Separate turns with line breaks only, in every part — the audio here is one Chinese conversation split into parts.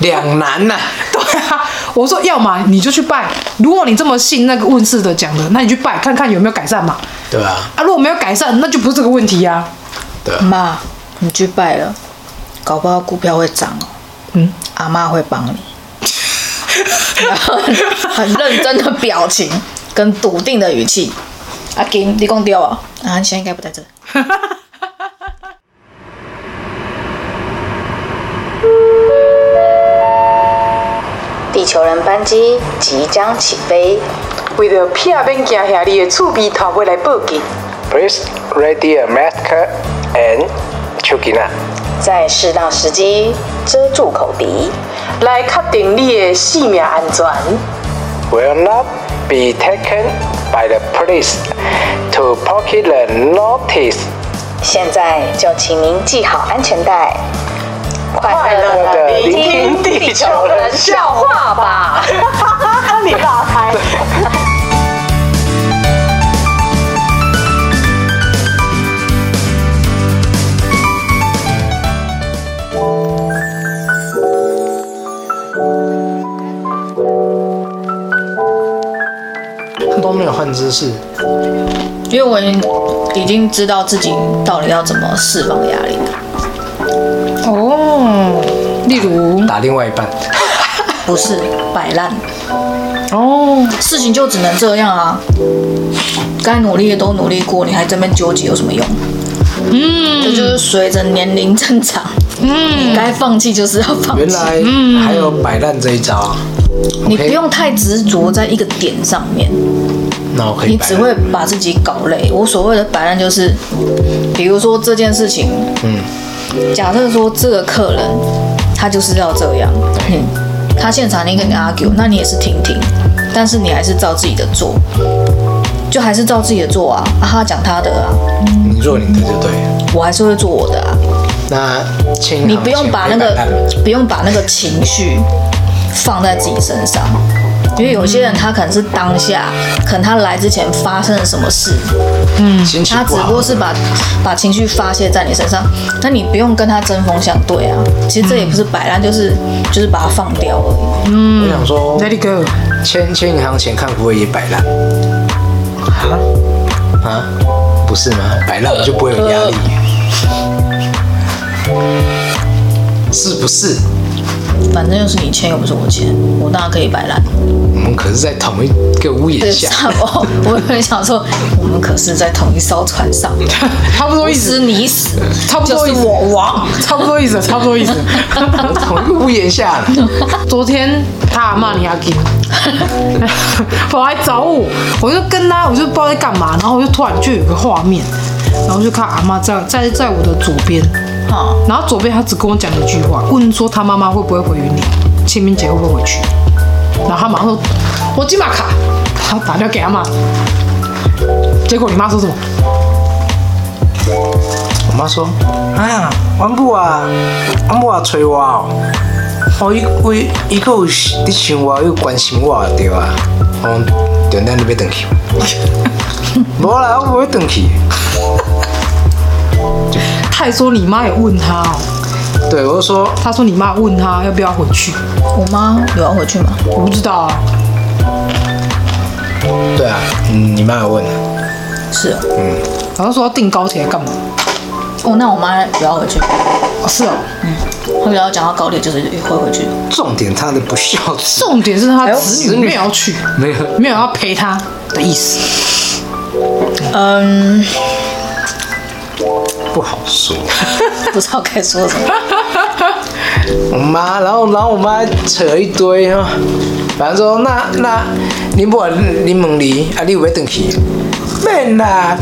两难呐、
对啊，我说要么你就去拜，如果你这么信那个问世的讲的，那你去拜看看有没有改善嘛。
对啊，
啊，如果没有改善，那就不是这个问题呀、啊。
对啊，
妈，你去拜了，搞不好股票会涨哦。
嗯，
阿妈会帮你。 然后很认真的表情跟笃定的语气。阿金，你讲对哦。啊，你现在应该不在这。
地球人班机即将起飞，
为着避免惊吓你的厝边头尾来报警，
Please ready a mask and chukina.
在适当时机遮住口鼻。
来确定你的性命安全。
Will not be taken by the police to pocket the notice.
现在就请您系好安全带，快
快
乐
乐
的
的
聆
聆
听
听
地
地
球
球
人
人
笑
笑
话 吧。
你打开。
都没有换姿势，
因为我已经已经知道自己到底要怎么释放压力了，
哦，例如，
打另外一半。
不是摆烂，
哦，
事情就只能这样啊。该努力的都努力过，你还这边纠结有什么用？嗯，这就是随着年龄增长，嗯，该放弃就是要放
原
弃，
来
嗯
还有摆烂这一招啊，
你
OK
不用太执着在一个点上面。
那我可以。
你只会把自己搞累。我所谓的摆烂就是，比如说这件事情，
嗯，
假设说这个客人他就是要这样，嗯，他现场你跟你 argue，那你也是听听，但是你还是照自己的做，就还是照自己的做啊，啊他讲他的啊，
你做你的就对了。
我还是会做我的啊。
那亲行
你不用把那
请回摆烂
个
了
不用把那个情绪放在自己身上，因为有些人他可能是当下，可能他来之前发生了什么事，
心
嗯
情
他只
不
不
好
过，是把把情绪发泄在你身上，那你不用跟他针锋相对啊。其实这也不是摆烂，就是就是把它放掉而已。
我想
嗯
说
Let it go。
签签银行前看不会也摆烂啊？不是吗？摆烂我就不会有压力，
呃
是不是？
反正又是你欠，又不是我欠，我当然可以摆烂。
我们可是在同一个屋檐
对，
下，
差不 多。我也想说，我们可是在同一艘船上，
差不多
不
意思
是，你死，
差不多
就
意
是
思，
我亡。
差不多意思，差不多意思。
同一个屋檐下了。
昨天他阿骂你阿金，跑来找 我，我就跟他，我就不知道在干嘛，然后我就突然就有个画面，然后就看阿妈在在在我的左边，
哦，
然后左边他只跟我讲一句话，问说他妈妈会不会回云林，清明节会不会回去，然后他马上说，我金马卡，他打电话给阿妈，结果你妈说什么？
我妈说：“啊，阮母啊，阮母啊催我哦，哦，伊为伊个有你想我，又关心我就对啊。我讲对，咱你要转去，无啦，我不会转去。
他还说你妈也问他哦，
对，我就说
他说你妈问他要不要回去，
我妈有要回去吗？
我不知道啊，
对啊，嗯你妈有问啊，
是哦，
好像说要订高铁来干嘛？
哦，那我妈有要回去。
哦，是哦，
她只要讲到高铁，就是会回去。
重点她的不孝子，
重点是他
呦
子女没有要去，
没有
没有要陪他的意思。
嗯，
不好说。
不知道该说什么。
我妈，然后然后我妈扯一堆啊，反正说那那你不你问你啊，你有要转去？免啦，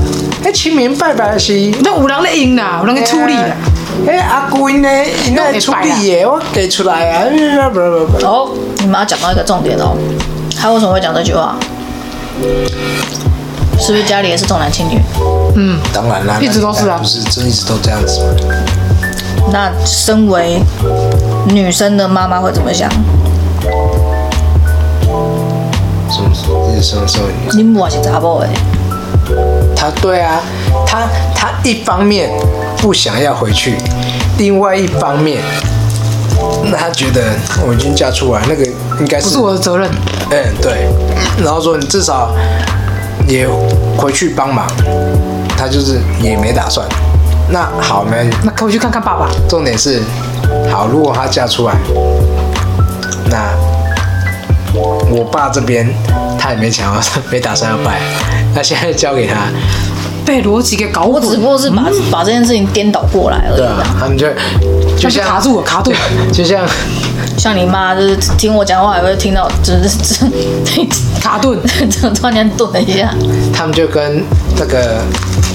迄清明拜拜是。”
啊那五郎的赢啦，五郎的出力啦，
哎，阿姑因咧因咧处理的，我给出来啊，不不不，
哦，你们要讲到一个重点哦。他为什么会讲这句话？是不是家里也是重男轻女？
当然啦，
一直都是啊
不是这一直都这样子嘛。
那身为女生的妈妈会怎么想？
什么什么什么？
你母啊是查某的，
他对啊，他他一方面不想要回去，另外一方面，那他觉得我已经嫁出来，那个应该
不
是
是我的责任。
嗯，对。然后说你至少也回去帮忙，他就是也没打算。那好没关系，
那可我去看看爸爸。
重点是，好，如果她嫁出来，那我爸这边他也没想要， 没打算要拜，那现在交给他，
被逻辑给搞
我
混，嗯
只不过是把、把这件事情颠倒过来而已
嗯对啊
啦。，
他们就就
那就
像
卡住我，卡住我。
就像
像你妈就是听我讲话，还会听到，就是这
卡顿，
这突然间顿了一下。
他们就跟那个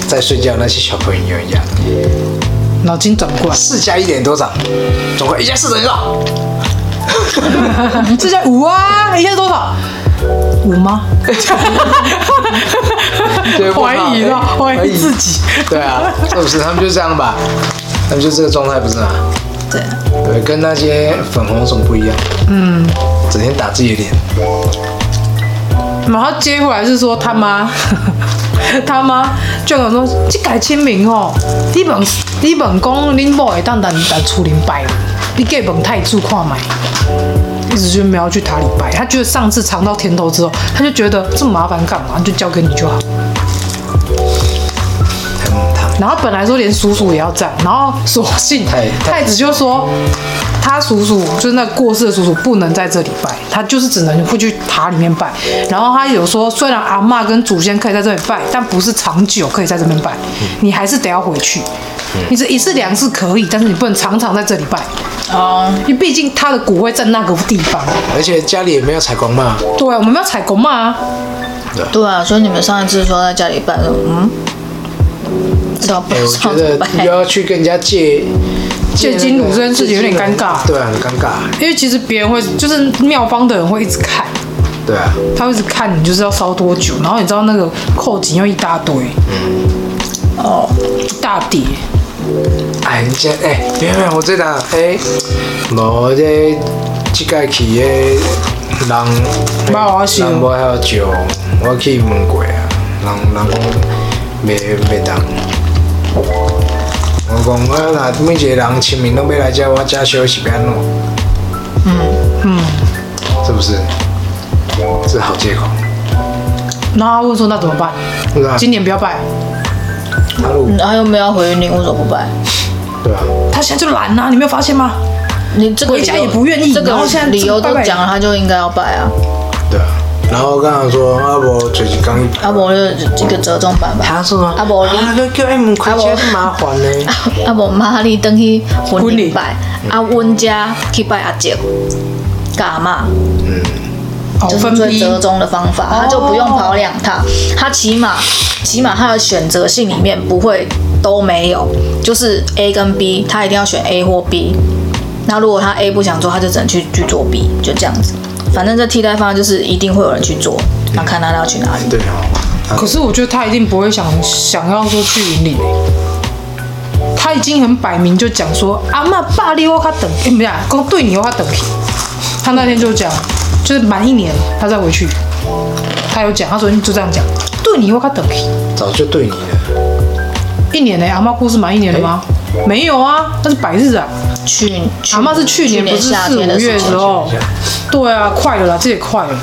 在睡觉那些小朋友一样，
脑筋转不过来，
四加一等于多少？总共一加四等于多少？
这叫五啊，一下多少？五吗？
对不好
怀疑了，
哎
怀
怀
疑
疑
自己。
对啊，是不是？他们就这样吧，他们就这个状态不是吗？
对，
对，跟那些粉红有什么不一样？嗯，整天打自己的脸。
然后接回来是说他妈， 他妈就讲说，这改签名吼，你问你问讲恁某会当当当厝恁拜无，你给问太子看买，一直就没有去塔里拜。他觉得上次尝到甜头之后，他就觉得这么麻烦干嘛，就交给你就好。
他们他们
然后本来说连叔叔也要站，然后索性
太
太子就说，他叔叔就是那过世的叔叔不能在这里拜，他就是只能会去塔里面拜。然后他有说，虽然阿嬷跟祖先可以在这里拜，但不是长久可以在这边拜，你还是得要回去。你这一次两次可以，但是你不能常常在这里拜，
哦，
因为毕竟他的骨灰在那个地方。
而且家里也没有采光嘛，
对，我们要采公嘛、啊，
对啊，所以你们上一次说在家里办，嗯，知道不
哎、我
知道
觉
怎么
得
办？
又要去跟人 家借
借金
那
炉
个
这件事情有点
借金
尴
炉
尬，
对啊，很尴尬，
因为其实别人会就是庙方的人会一直看。
对啊，
他会一直看你，就是要烧多久，然后你知道那个扣紧又一大堆，哦，一大叠，
哎，你现在哎，没有没有，我这档哎，无这即届去的人，
捌我想
人无遐少，我去问过啊，人人讲袂袂当。我讲我若每一个人清明拢要来遮，我遮休息要安怎？嗯嗯，是不是？这好借口。
然后他问说那怎么办？
是啊
今年不要拜，
阿鲁，
然后又没有要回云林，为什么不办？
对啊，
他现在就懒啊，你没有发现吗？
你这个
回家
理由
也不愿意
这个
然后现在
理由
这
都
个拜拜
讲了，他就应该要拜啊。
对啊。然后刚刚说阿伯最近刚，
阿伯啊就一个折中版吧。
他说
阿伯你
啊，叫 M 块
阿
钱
伯
麻烦呢。
阿无啊妈你登去婚礼拜，啊，阮家去拜阿姐，干阿妈，
哦，
这
分
是最
批，哦
折中的方法，他就不用跑两趟，他起码起码他的选择性里面不会都没有，就是 A 跟 B，他一定要选 A 或 B。那如果他 A 不想做，他就只能去去做 B，就这样子。反正这替代方案就是一定会有人去做，那看他要去哪里。
对哦，
可是我觉得他一定不会想想要说去云岭欸他已经很摆明就讲说阿妈爸你我他等，哎、不是啊，公对你我他等他那天就讲，就是满一年他再回去，他有讲，他昨天就这样讲，对你我他等
早就对你了。
一年呢、阿妈过世满一年了吗？没有啊，那是百日啊。
去去
阿妈是去年不是
夏
四五
天的
月
事
的
情
时候？对啊，快了啦，这也快了，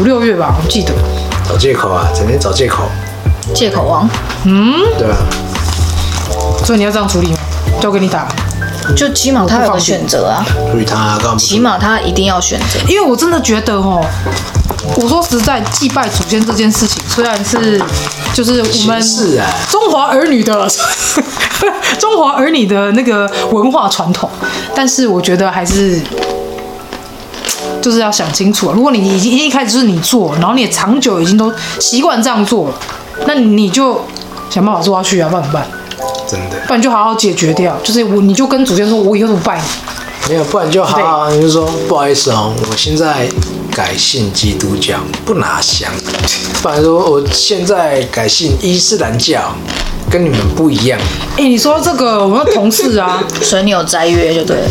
五六月吧，我记得。
找借口啊，整天找借口。
借口王。
对啊，
所以你要这样处理吗？交给你打，
就起码他有个
放心
选择啊，
所以他干嘛？
起码他一定要选择。
因为我真的觉得哦，我说实在，祭拜祖先这件事情，虽然是就是我们
形式啊
中华儿女的 中华儿女的那个文化传统，但是我觉得还是。就是要想清楚，如果你已经一开始就是你做，然后你也长久已经都习惯这样做了，那你就想办法做下去啊，不然怎么办？
真的
不然就好好解决掉。就是我，你就跟主教说，我以后怎么办？
没有，不然就好啊，你就说不好意思哦，我现在改信基督教，不拿香。不然说我现在改信伊斯兰教，跟你们不一样。
哎、你说这个，我们同事啊，
所以你有斋约就对了。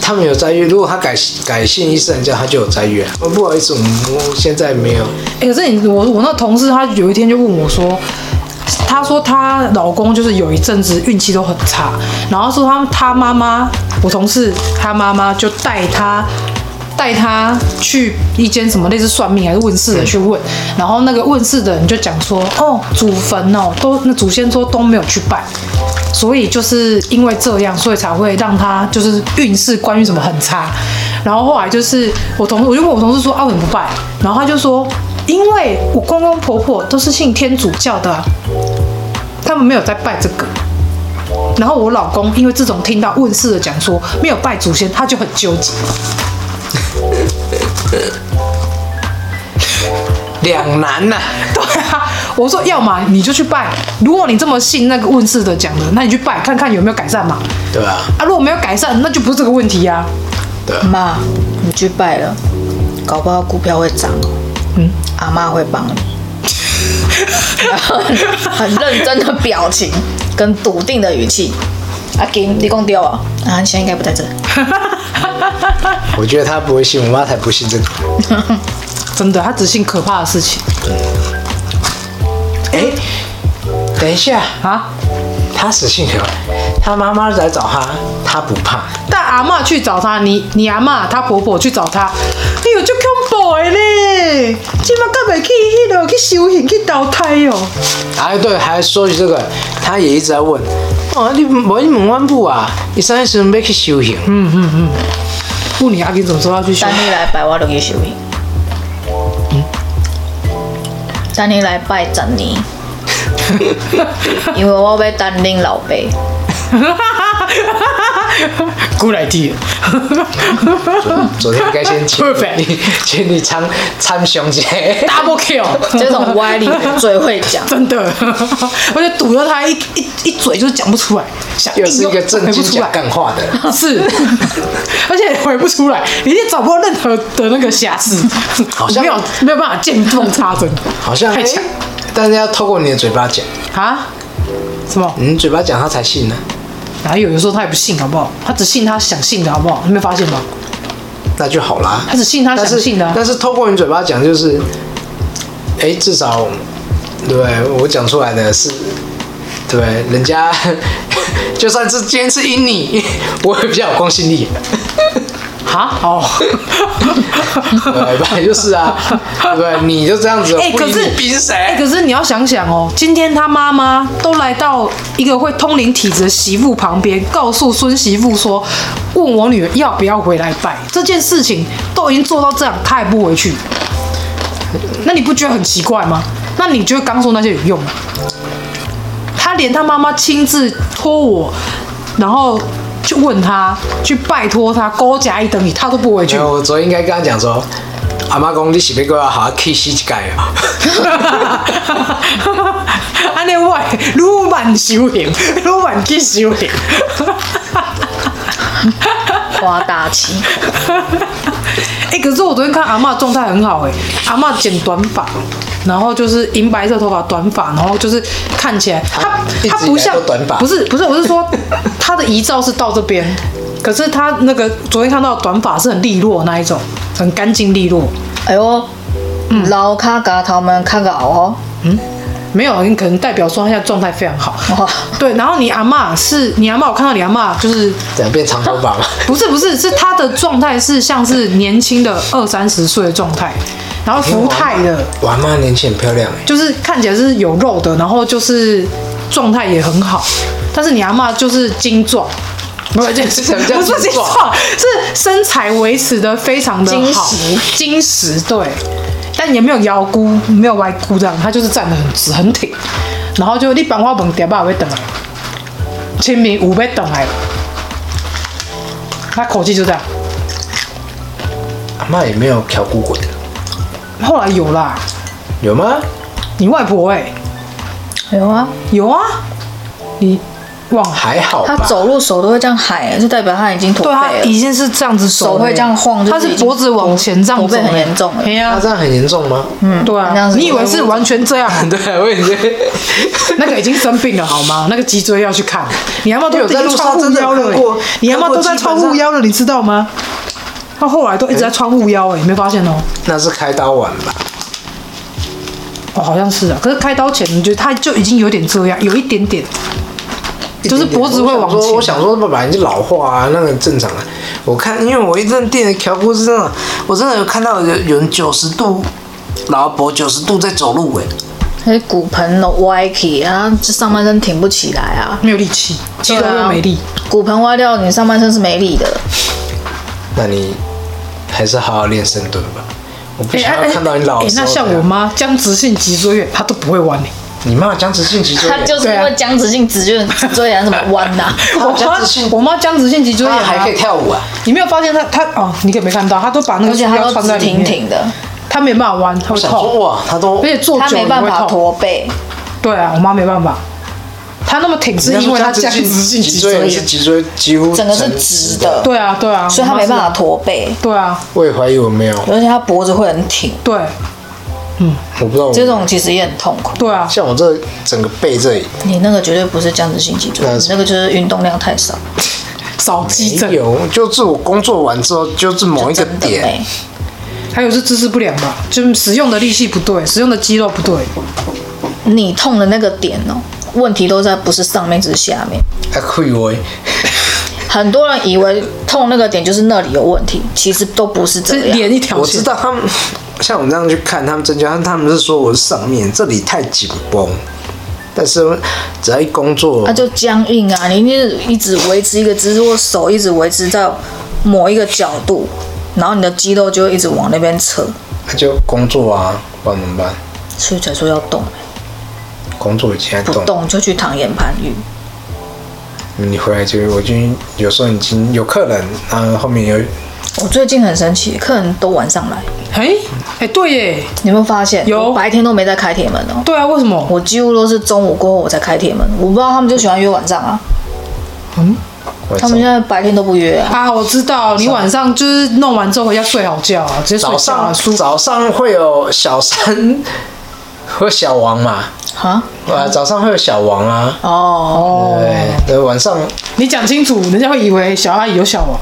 他们有斋月，如果他改改信伊斯兰教，他就有斋月、啊。哦不好意思，我们我现在没有。
欸可是你我我那同事，他有一天就问我说，她说她老公就是有一阵子运气都很差，然后说她她妈妈，我同事她妈妈就带她带她去一间什么类似算命还是问事的去问，然后那个问事的人就讲说，哦，祖坟哦，都那祖先说都没有去拜。所以就是因为这样，所以才会让她就是运势关于什么很差。然后后来就是我同我就问我同事说啊，为什么不拜？然后他就说，因为我公公婆婆都是信天主教的、啊，他们没有在拜这个。然后我老公因为这种听到问世的讲说没有拜祖先，他就很纠结。
两难 呐、
对啊，我说要么你就去拜，如果你这么信那个问世的讲的，那你去拜看看有没有改善嘛。
对吧、啊？
啊，如果没有改善，那就不是这个问题啊呀、嗯
妈，你去拜了，搞不好股票会涨哦。嗯，阿妈会帮你。 然后很认真的表情跟笃定的语气。阿金，你讲丢啊？啊，你现在应该不在这。
我觉得他不会信，我妈才不信这个。
真的，他只信可怕的事情
哎、等一下，
啊。
他死性可，他妈妈来找他，他不怕。
但阿嬷去找他，你你阿嬷她婆婆去找他，哎呦，足恐怖的咧！即马敢袂去迄落去修行去投胎哦、
哎，对，还说起这个，他也一直在问，哦，你无你问阮母啊，伊啥时阵要去修行？嗯，
问你阿金怎么说要去修
等？你来拜，我就去收伊。
嗯
等你 来拜十年，因为我要等恁 老爸。
古来弟，
昨天应该先请
Perfect
你， 请你参参详一下。
double kill，。
这种歪理我最会讲
真的，我就堵了他一一一嘴，就是讲不出来，想
又是一个正
回不
经
出
讲
来，
干话的人，
是，而且回不出来，一定找不到任何的那个瑕疵，
好像
没有没有办法见缝插针，
好像
太
哎
强，
但是要透过你的嘴巴讲，
啊？什么？
你嘴巴讲他才信呢、
哪有？有时候他也不信，好不好？他只信他想信的，好不好？你没有发现吗？
那就好啦。
他只信他
但
想
是
信的啊、
但是透过你嘴巴讲，就是，哎，至少，对不对我讲出来的是，对不对人家 就算是今天是因你， 我也比较有公信力，
哈哦，
对吧？就是啊，对不对？你就这样 子，
哎、
不
可
理
是
你比谁？啊
哎、可是你要想想哦，今天他妈妈都来到一个会通灵体质的媳妇旁边，告诉孙媳妇说，问我女儿要不要回来拜这件事情，都已经做到这样，她也不回去，那你不觉得很奇怪吗？那你觉得刚说那些有用吗？他连他妈妈亲自托我，然后去问他，去拜托他，勾夹一等你，他都不回去
没。有我昨天应该跟他讲说，阿妈讲你是要给我好好去洗一盖啊。
安尼我会愈慢修行， 愈慢去修 行。
花大气，
哎、可是我昨天看阿嬷状态很好哎、阿嬷剪短发，然后就是银白色头发短发，然后就是看起来她
一直
她
以
不
来
像
都短发
不是不是，我是说她的遗照是到这边，可是她那个昨天看到的短发是很利落的那一种，很干净利落，
哎呦，老卡嘎头们看个哦，
没有可能代表说她现在状态非常好。
哇，
对，然后你阿嬷是你阿嬷，我看到你阿嬷就是
怎样变长头 发吗？
不是不是，是他的状态是像是年轻的二三十岁的状态，然后福态的，
我阿妈年轻很漂亮哎、
就是看起来是有肉的，然后就是状态也很好，但是你阿嬷就是精壮。不是，就是
什么叫
不是
精
精
壮
壮，是身材维持的非常的
精
好
实，
精实对，但也没有腰箍，没有歪箍这样，她就是站得很直很挺，然后就你板花本点吧，会等来，清明五杯等来，她口气就这样。
阿妈也没有挑骨骨的，
后来有啦，
有吗？
你外婆哎、
有啊，
有啊，你往
还好吧
他？走路手都会这样喊，就代表他已经驼
对啊他
背了。
已经是这样子手
手会这样晃就是
他是脖子往前这样
驼
走
背
欸，
很严重欸
哎呀
那，这样很严重吗？嗯，
对
这
啊
样，子
你以为是完全这 样？
对啊，我也觉得。
那个已经生病了好吗？那个脊椎要去看，你阿妈都
有在
已
路
经
上
穿护
真的有
腰了
看过
欸，你阿妈都在穿护腰了，你知道吗？他后来都一直在穿护腰，哎，你没发现哦？
那是开刀完吧？
哦，好像是啊。可是开刀前，你觉得他就已经有点这样，有一点点，就是脖子会往前
我想说，我想说本来就老化啊，那个很正常啊。我看，因为我一阵店的调过是真的，我真的有看到有有人九十度，老伯九十度在走路、欸，
他是哎骨盆都歪起，然后上半身挺不起来啊，
没有力气，肌肉
对
又
啊
没力。
骨盆歪掉，你上半身是没力的。
那你还是好好练深蹲吧。我不
哎
想
哎
要看到你老的时
那
候这啊样、
像我妈僵直性脊椎炎，她都不会弯欸
你妈僵直性脊椎
他
炎，
就是因为僵直性脊椎炎，脊椎炎啊怎么弯呐、
啊 我
僵直性
妈我妈僵直性脊椎炎
她
啊
还可以，跳舞啊？
你没有发现她她哦，你可没看到，她都把那
而
个束
且他
腰
都
穿
直
在里
挺
面，
挺的，
她没办法弯，她
我
会
想说
痛，
哇，她都
而且坐
他
久了
没办
会
法
痛。
驼背。
对啊，我妈没办法，她那么挺是因为她僵直性脊椎
炎
炎
是。脊椎几乎
整个是
成
直的
对啊，对啊，
所以他
我妈
没
是
办法。驼背，
对啊，
我也怀疑我没有，
而且他脖子会很挺，
对啊
我不知道我。
这种其实也很痛苦。
对啊，
像我这整个背这里
你那个绝对不是僵直性脊椎，
啊
那
你
是
那个就是运动量太少，
少肌
没
症，
有，就是我工作完之后就是某一个
真的
点
没。
还有是姿势不良吧，就是使用的力气不对，使用的肌肉不对。
你痛的那个点哦，问题都在不是上面，只是下面。
还可以喂，
很多人以为痛那个点就是那里有问题，其实都不是这
是
样。
连一条
我
线
知。道他们像我们这样去看他们增加，他们是说我是上面这里太紧绷，但是只要一工作，
它就僵硬啊，你就是一直维持一个姿势，或手一直维持在某一个角度，然后你的肌肉就会一直往那边扯，
他就工作啊，不然怎么办？
所以才说要动，
工作以前还
不
动，
动就去躺岩盘浴。
你回来就我就有时候已经有客人，然后后面有
我最近很神奇，客人都晚上来，
哎哎，对耶，
你有没有发现？
有
我白天都没在开铁门哦，
对啊，为什么？
我几乎都是中午过后我才开铁门，我不知道他们就喜欢约晚上啊，
晚
他
上
们现在白天都不约 啊。
啊，我知道，你晚上就是弄完之后回家睡好觉啊，直接睡觉
早
啊，
上
舒服。
早上会有小三 和小王嘛，
啊？
啊，早上会有小王啊，
哦，
对对，晚上
你讲清楚，人家会以为小阿姨有小王。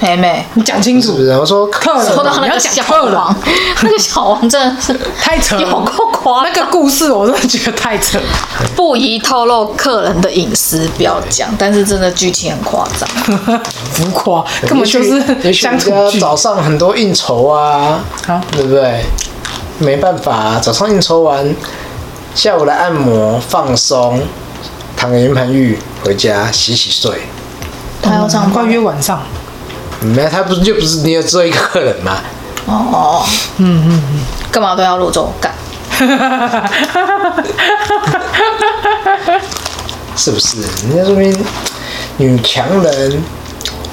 妹妹，
你讲清
是
楚
不，是？我说
客人
说到
你
那
要
个
讲
小
客人
王，那个小王真的是
太扯了，
有够夸
那
张
个故事我真的觉得太扯了。
不宜透露客人的隐私，不要讲。但是真的剧情很夸张，
浮夸，根本就
也
是
许
乡
人
土
家
剧。
早上很多应酬啊，
啊
对不对？没办法、啊，早上应酬完，下午来按摩放松，躺个圆盘浴回家洗洗睡。
他要上
难怪
班
约晚上，
没，他不是就不是你有只有一个客人嘛？
哦哦，嗯嗯嗯，干嘛都要落周干？
是不是？人家说明女强人，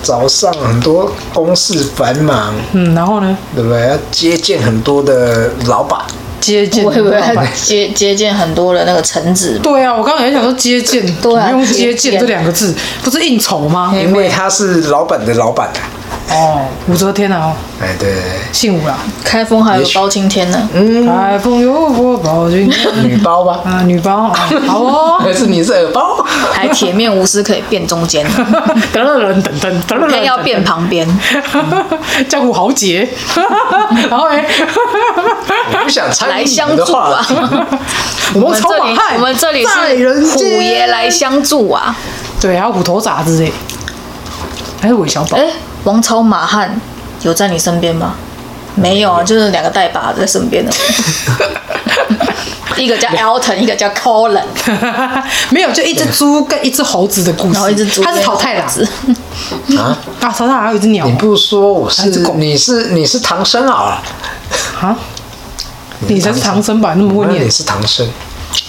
早上很多公事繁忙，
嗯，然后呢，
对不对？要接见很多的老板，
接见。
我以为 他接接见很多的那个橙子，
对啊，我刚才也想说接见，
对啊
你用接
接
见
见
这两个字，不是应酬吗？
因为他是老板的老板啊。
哦，武则天啊，
哎，对对对。
姓武啦，
开封还有
也
个
许
包青天呢。
台风又过宝君
女包吧？
啊，女包啊，好哦，
还是你是耳包？
还铁面无私可以变中间，
得了人等等得了人，
偏要 变旁边，
江湖豪 杰，然后哎，
我 不想参与
来
你
相
的
助
话
啊
题。！
我
我
们
们
超
这
马
里
汉，
我们这里
在人
是虎
间
爷来相助啊！
对，还有虎头铡之类，还是韦小宝，
哎，王朝马汉有在你身边吗？没有啊，就是两个带把在身边的，一个叫 Elton，一个叫 Colin，
没有，就一只猪跟一只猴子的故事，
然后一只猪，
它是淘汰
了
啦，，
啊，
啊，淘汰还有一只鸟
你不说我
还
是
是狗
你是你是唐僧啊？
啊，你才是唐僧吧？那么会
那
念
你，是唐僧，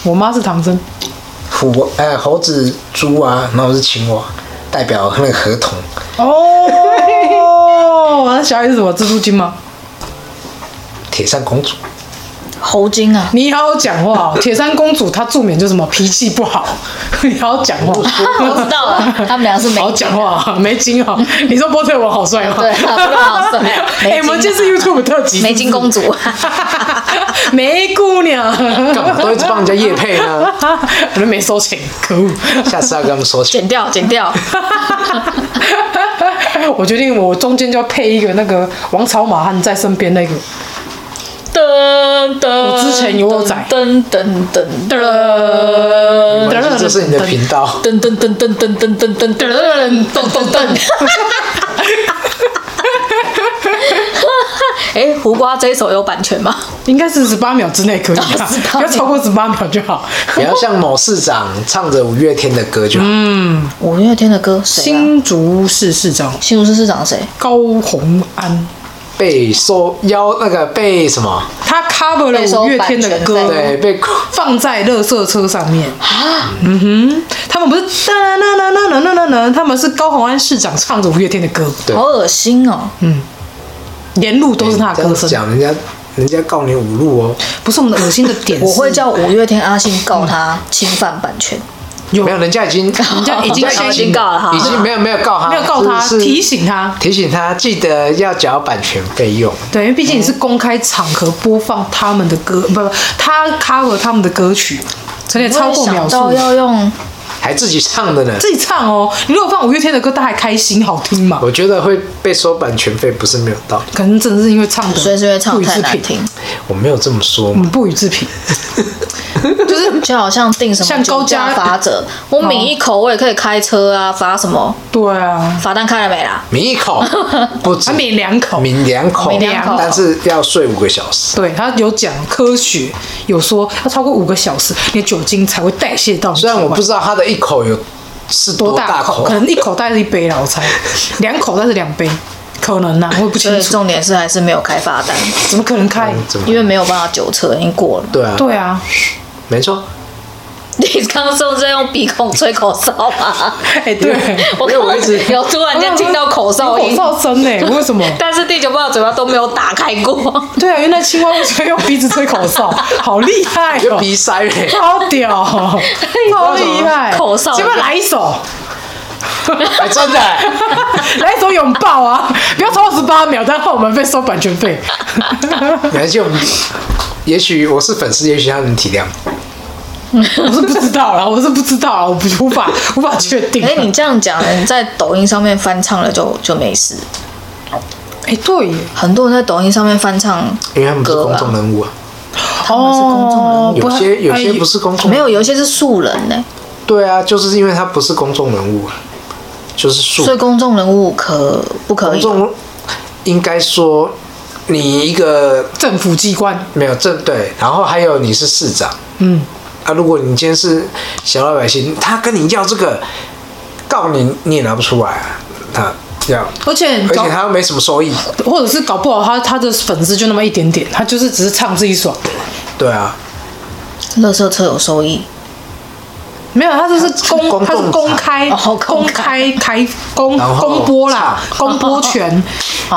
我妈是唐僧，
虎哎猴子猪啊，然后是青蛙，代表那个合同。
哦，那小孩是什么？蜘蛛精吗？
铁扇公主，
猴精啊，
你好好讲话哦，铁扇公主她助眠就什么脾气不好， 你好好讲话。
我知道了， 他们俩是没
好好讲话，没精 哦。你说波特王好帅吗？
对波特王好帅没
哎，我们
精
这次 YouTube 特辑，
梅金公主，
梅姑娘，
干嘛都一直帮人家夜配 呢？
我都没收钱，可恶！
下次要跟他们说起。
剪掉剪掉，
我决定，我中间就要配一个那个王朝马汉在身边那个，
噔噔，
我之前有我仔
噔噔噔
噔
没关系这是你的频道，
噔噔噔噔噔噔噔噔噔
噔
噔噔噔。哎，胡瓜这一首有版权吗？
应该是十八秒之内可以吧
18，秒哦
不要超过十八秒就好。
不要像某市长唱着五月天的歌就好。
嗯
五月天的歌，谁啊？
新竹市市长
新竹市市长谁？
高洪安，
被收邀那个被什么？
他 cover 了
被收
五月天的
版权
歌
费。
对，被
放在垃圾车上面啊，嗯哼，他们不是哒啦啦啦啦啦啦啦，他们是高洪安市长唱着五月天的歌，
对
好恶心哦！
沿路都是他的歌
哎
声，
这样讲人家，人家告你侮辱哦。
不是我们的恶心的点是。
我会叫五月天阿信告他侵犯版权。
没有，人家已 经，人
家已经
已经告了哈
已经没有没有告他，
没有告他
是是
提醒他
提醒他记得要缴版权费用。
对，因为毕竟你是公开场合播放他们的歌，不不，他 cover 他们的歌曲，而且超过
我也
秒
想到
数，
要用
还自己唱的呢。
自己唱哦。你如果放五月天的歌，大家还开心好听嘛？
我觉得会被收版权费不是没有道理，
可能真的是因为唱的，
所以是因为唱
不
得
予
太
置
难
评，
听，
我没有这么说嘛。
嗯，不予置评。
就是就好像定什么
像高
酒驾
加
罚则，我抿一口我也可以开车啊，罚什么？
对啊，
罚单开了没啦？
抿一口不止
他，抿两口，
抿两口，
抿两口
但是要睡五个小时。
对他有讲科学，有说要超过五个小时，你的酒精才会代谢到你体
虽
外。
然我不知道他的一口有是
多
大
口，可能一口大概是一杯啦，我猜，两口大概是两杯，可能啊呐、我也不
所
清
以
楚，
重点是还是没有开罚单，
怎么可能开？
怎么
因？为没有办法酒测，已经过了。
对啊，
对啊，
没错。
你刚刚是不是在用鼻孔吹口哨啊？
哎、对，
我
因为我一直
有突然间听到 口哨音
有， 口哨声呢、为什么？
但是第九棒的嘴巴都没有打开过。
对啊，原来青蛙为什么用鼻子吹口哨？好厉害
就
哦！
鼻塞嘞，
超屌， 好 厉害！
口哨
要不要来一首？
还真的欸。
来一首拥抱啊！不要超过十八秒，但后我们被收版权费。
而且我们，也许我是粉丝，也许他能体谅。
我是不知道啦，我是不知道啦，我不无法无法确定。
哎、你这样讲，你在抖音上面翻唱了就就没事。
哎、对耶，
很多人在抖音上面翻唱
因为他们不是
歌
公
吧，
众人物啊，
他们是公众人物
哦
有些有些
哎
不是公众，
没有，有一些是素人呢、
对啊，就是因为他不是公众人物啊，就是素
所以公众人物可不可
公
以？
众应该说你一个
政府机关，
没有正对，然后还有你是市长
嗯，
啊，如果你今天是小老百姓，他跟你要这个告你，你也拿不出来啊，他要，
而且
而且
搞
他又没什么收益，
或者是搞不好他他的粉丝就那么一点点，他就是只是唱自己爽，
对啊，
乐色车有收益，
没有，他这是公
公
他是公
众
开
哦公
公开开公
然后
公播啦，公播权。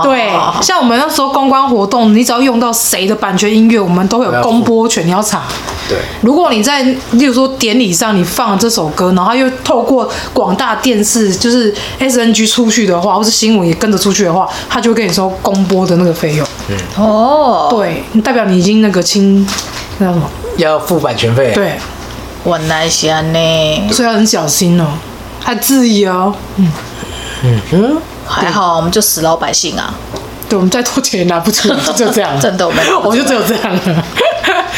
对，像我们那时候公关活动，你只要用到谁的版权音乐，我们都会有公播权，你要查。
对，
如果你在，例如说典礼上你放了这首歌，然后又透过广大电视，就是 SNG 出去的话，或是新闻也跟着出去的话，他就会跟你收公播的那个费用。
哦，
对，代表你已经那个侵，那叫什么？
要付版权
哎
费，，
对，
原来是安呢，
所以要很小心哦，还质疑哦。
还好我们就死老百姓啊，
对，我们再多钱也拿不出来，就就这样。
真的 我们
我就只有这样 了，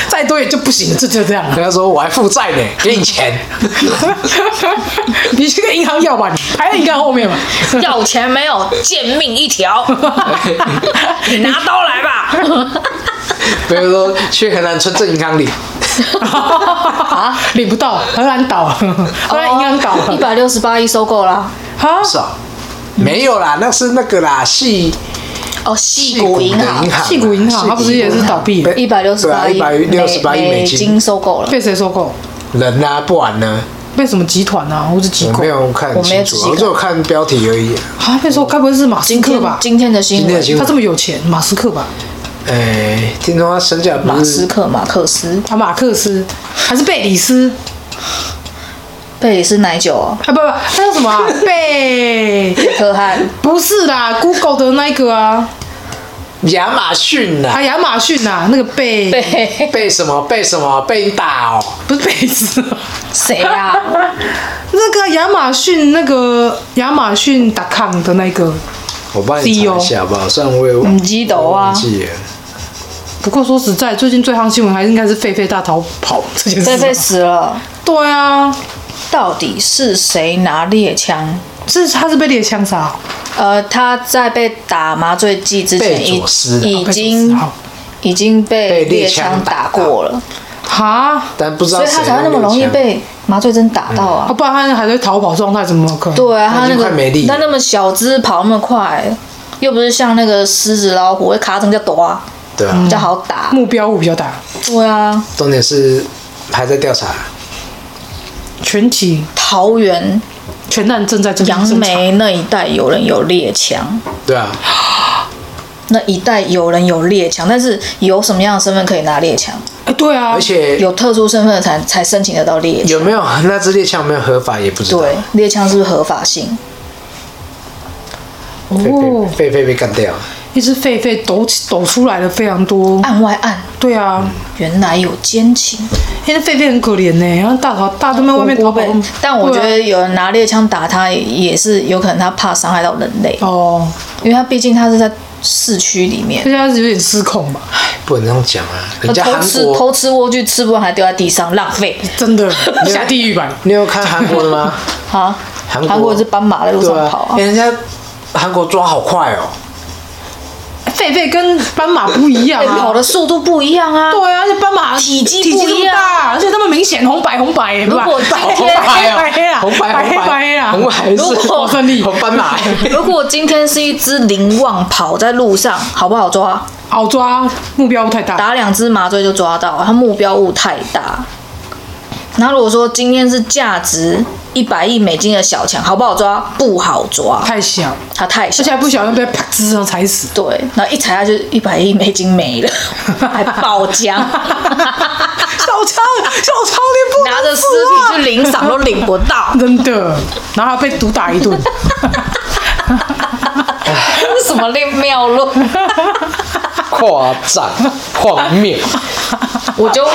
再多也就不行，就就 这样 了。
跟他说我还负债呢，给你钱，
你去跟银行要吧，你排在银行后面吧。
要钱没有，贱命一 条，你拿刀来吧。
比如说去河南村镇银行里，啊
领不到，荷兰倒，
哦
荷兰银行倒
一
了。
百六十八亿收购啦，
啊，
是啊，没有啦，那是那个啦，系
哦，细谷
的
银行
银行啊，
戏谷银行，它不是也是倒闭了？
一百六十八亿，
对啊168亿
美
美金
金收购了。
被谁收购？
人呐、不然呢？
被什么集团啊，或者机
我
构
没？有看
我没有仔
清
细
楚，
看
我只有看标题而已。
啊，被收，该不会是马斯
今
克
天
吧？
今天的新
今天的
闻
新闻
他这么有钱，马斯克吧？
哎，听说他身价
马
不
斯
是
克、马克思、
啊，马克思还是贝里斯？
贝里斯奶酒哦，
啊，不不，那叫什么啊、 贝？
可汗。
不是啦，Google 的那个啊，
亚马逊
啊，
呐，
亚马逊啊，那个贝，
对，
被什么被什么被你打哦，
不是贝里斯， 啊
谁啊呀、
那个亚马逊那个亚马逊 .com 的那个。
我帮你查一下好不好？虽然我也
唔知道啊
忘记了
不过说实在，最近最夯新闻还是应该是狒狒大逃跑这件事吧。
狒狒死了，
对啊，
到底是谁拿猎枪？
是他是被猎枪杀，
呃，他在被打麻醉剂之前
贝
已
佐斯啊
已
被
经
杀
已经被
被猎
猎
枪
枪打
打到
过了，
哈，
但不知道
所以他
谁
才会那么容易
用猎枪
被麻醉针打到啊
啊，。不然他还在逃跑状态，怎么可能？
对啊，
嗯他
他
已
那
经
个
快没力了
他那么小只跑那么快，又不是像那个狮子、老虎会卡成叫躲啊，
对啊
比，较好打。
目标物比较大，
对啊，
重点是还在调查，
全体
桃园、
全蛋正在正
杨
正常
梅那一带有人有猎枪，
对啊，
那一带有人有猎枪，但是有什么样的身份可以拿猎枪？
哎对啊
而，且
有特殊身份的才才申请得到猎枪。
有没有那支猎枪有没有合法也不知道，
对，猎枪是不是合法性？
哦，
狒狒狒狒被干掉了，
一只狒狒抖起抖出来了非常多。
案外案，
对啊，
原来有奸情。
因为狒狒很可怜呢，然后大逃大都在外面逃跑
无辜被。但我觉
对啊
得有人拿猎枪打他，也也是有可能他怕伤害到人类，
哦，
因为他毕竟他是在市区里面
大。家有点失控吧，
不能这样讲啊，人家
偷
韩
吃
国，
偷吃莴苣吃不完还丢在地上浪费
真 的下地狱吧。
你有看韩国的吗？
啊！
韩国
韩国是斑马在路上
对
跑
啊，
啊
哎，人家韩国抓好快哦，
狒狒跟斑马不一样
哎
啊，
跑的速度不一样啊。
对啊，而且斑马
体积
体积这
不一
么
样
大，而且他们明显红白红白，如
如果今天
白
白黑
哦，
啊
红白
白黑
红
白黑啊
红白
如
是
果
胜利，红斑马，
如果今天是一只灵旺跑在路上，好不好抓？
好抓，目标太大，
打两只麻醉就抓到，它目标物太大。然后如果说今天是价值一百亿美金的小强，好不好抓？不好抓，
太小，
它太小
而且。还不小心被啪吱上踩死。
对，然后一踩下去，一百亿美金没了， 还爆浆，
小强，小强，你不能
拿着尸
死
体去领赏都领不到
啊，，真的，然后还被毒打一顿。
这是什么妙论？
夸张荒谬，
我就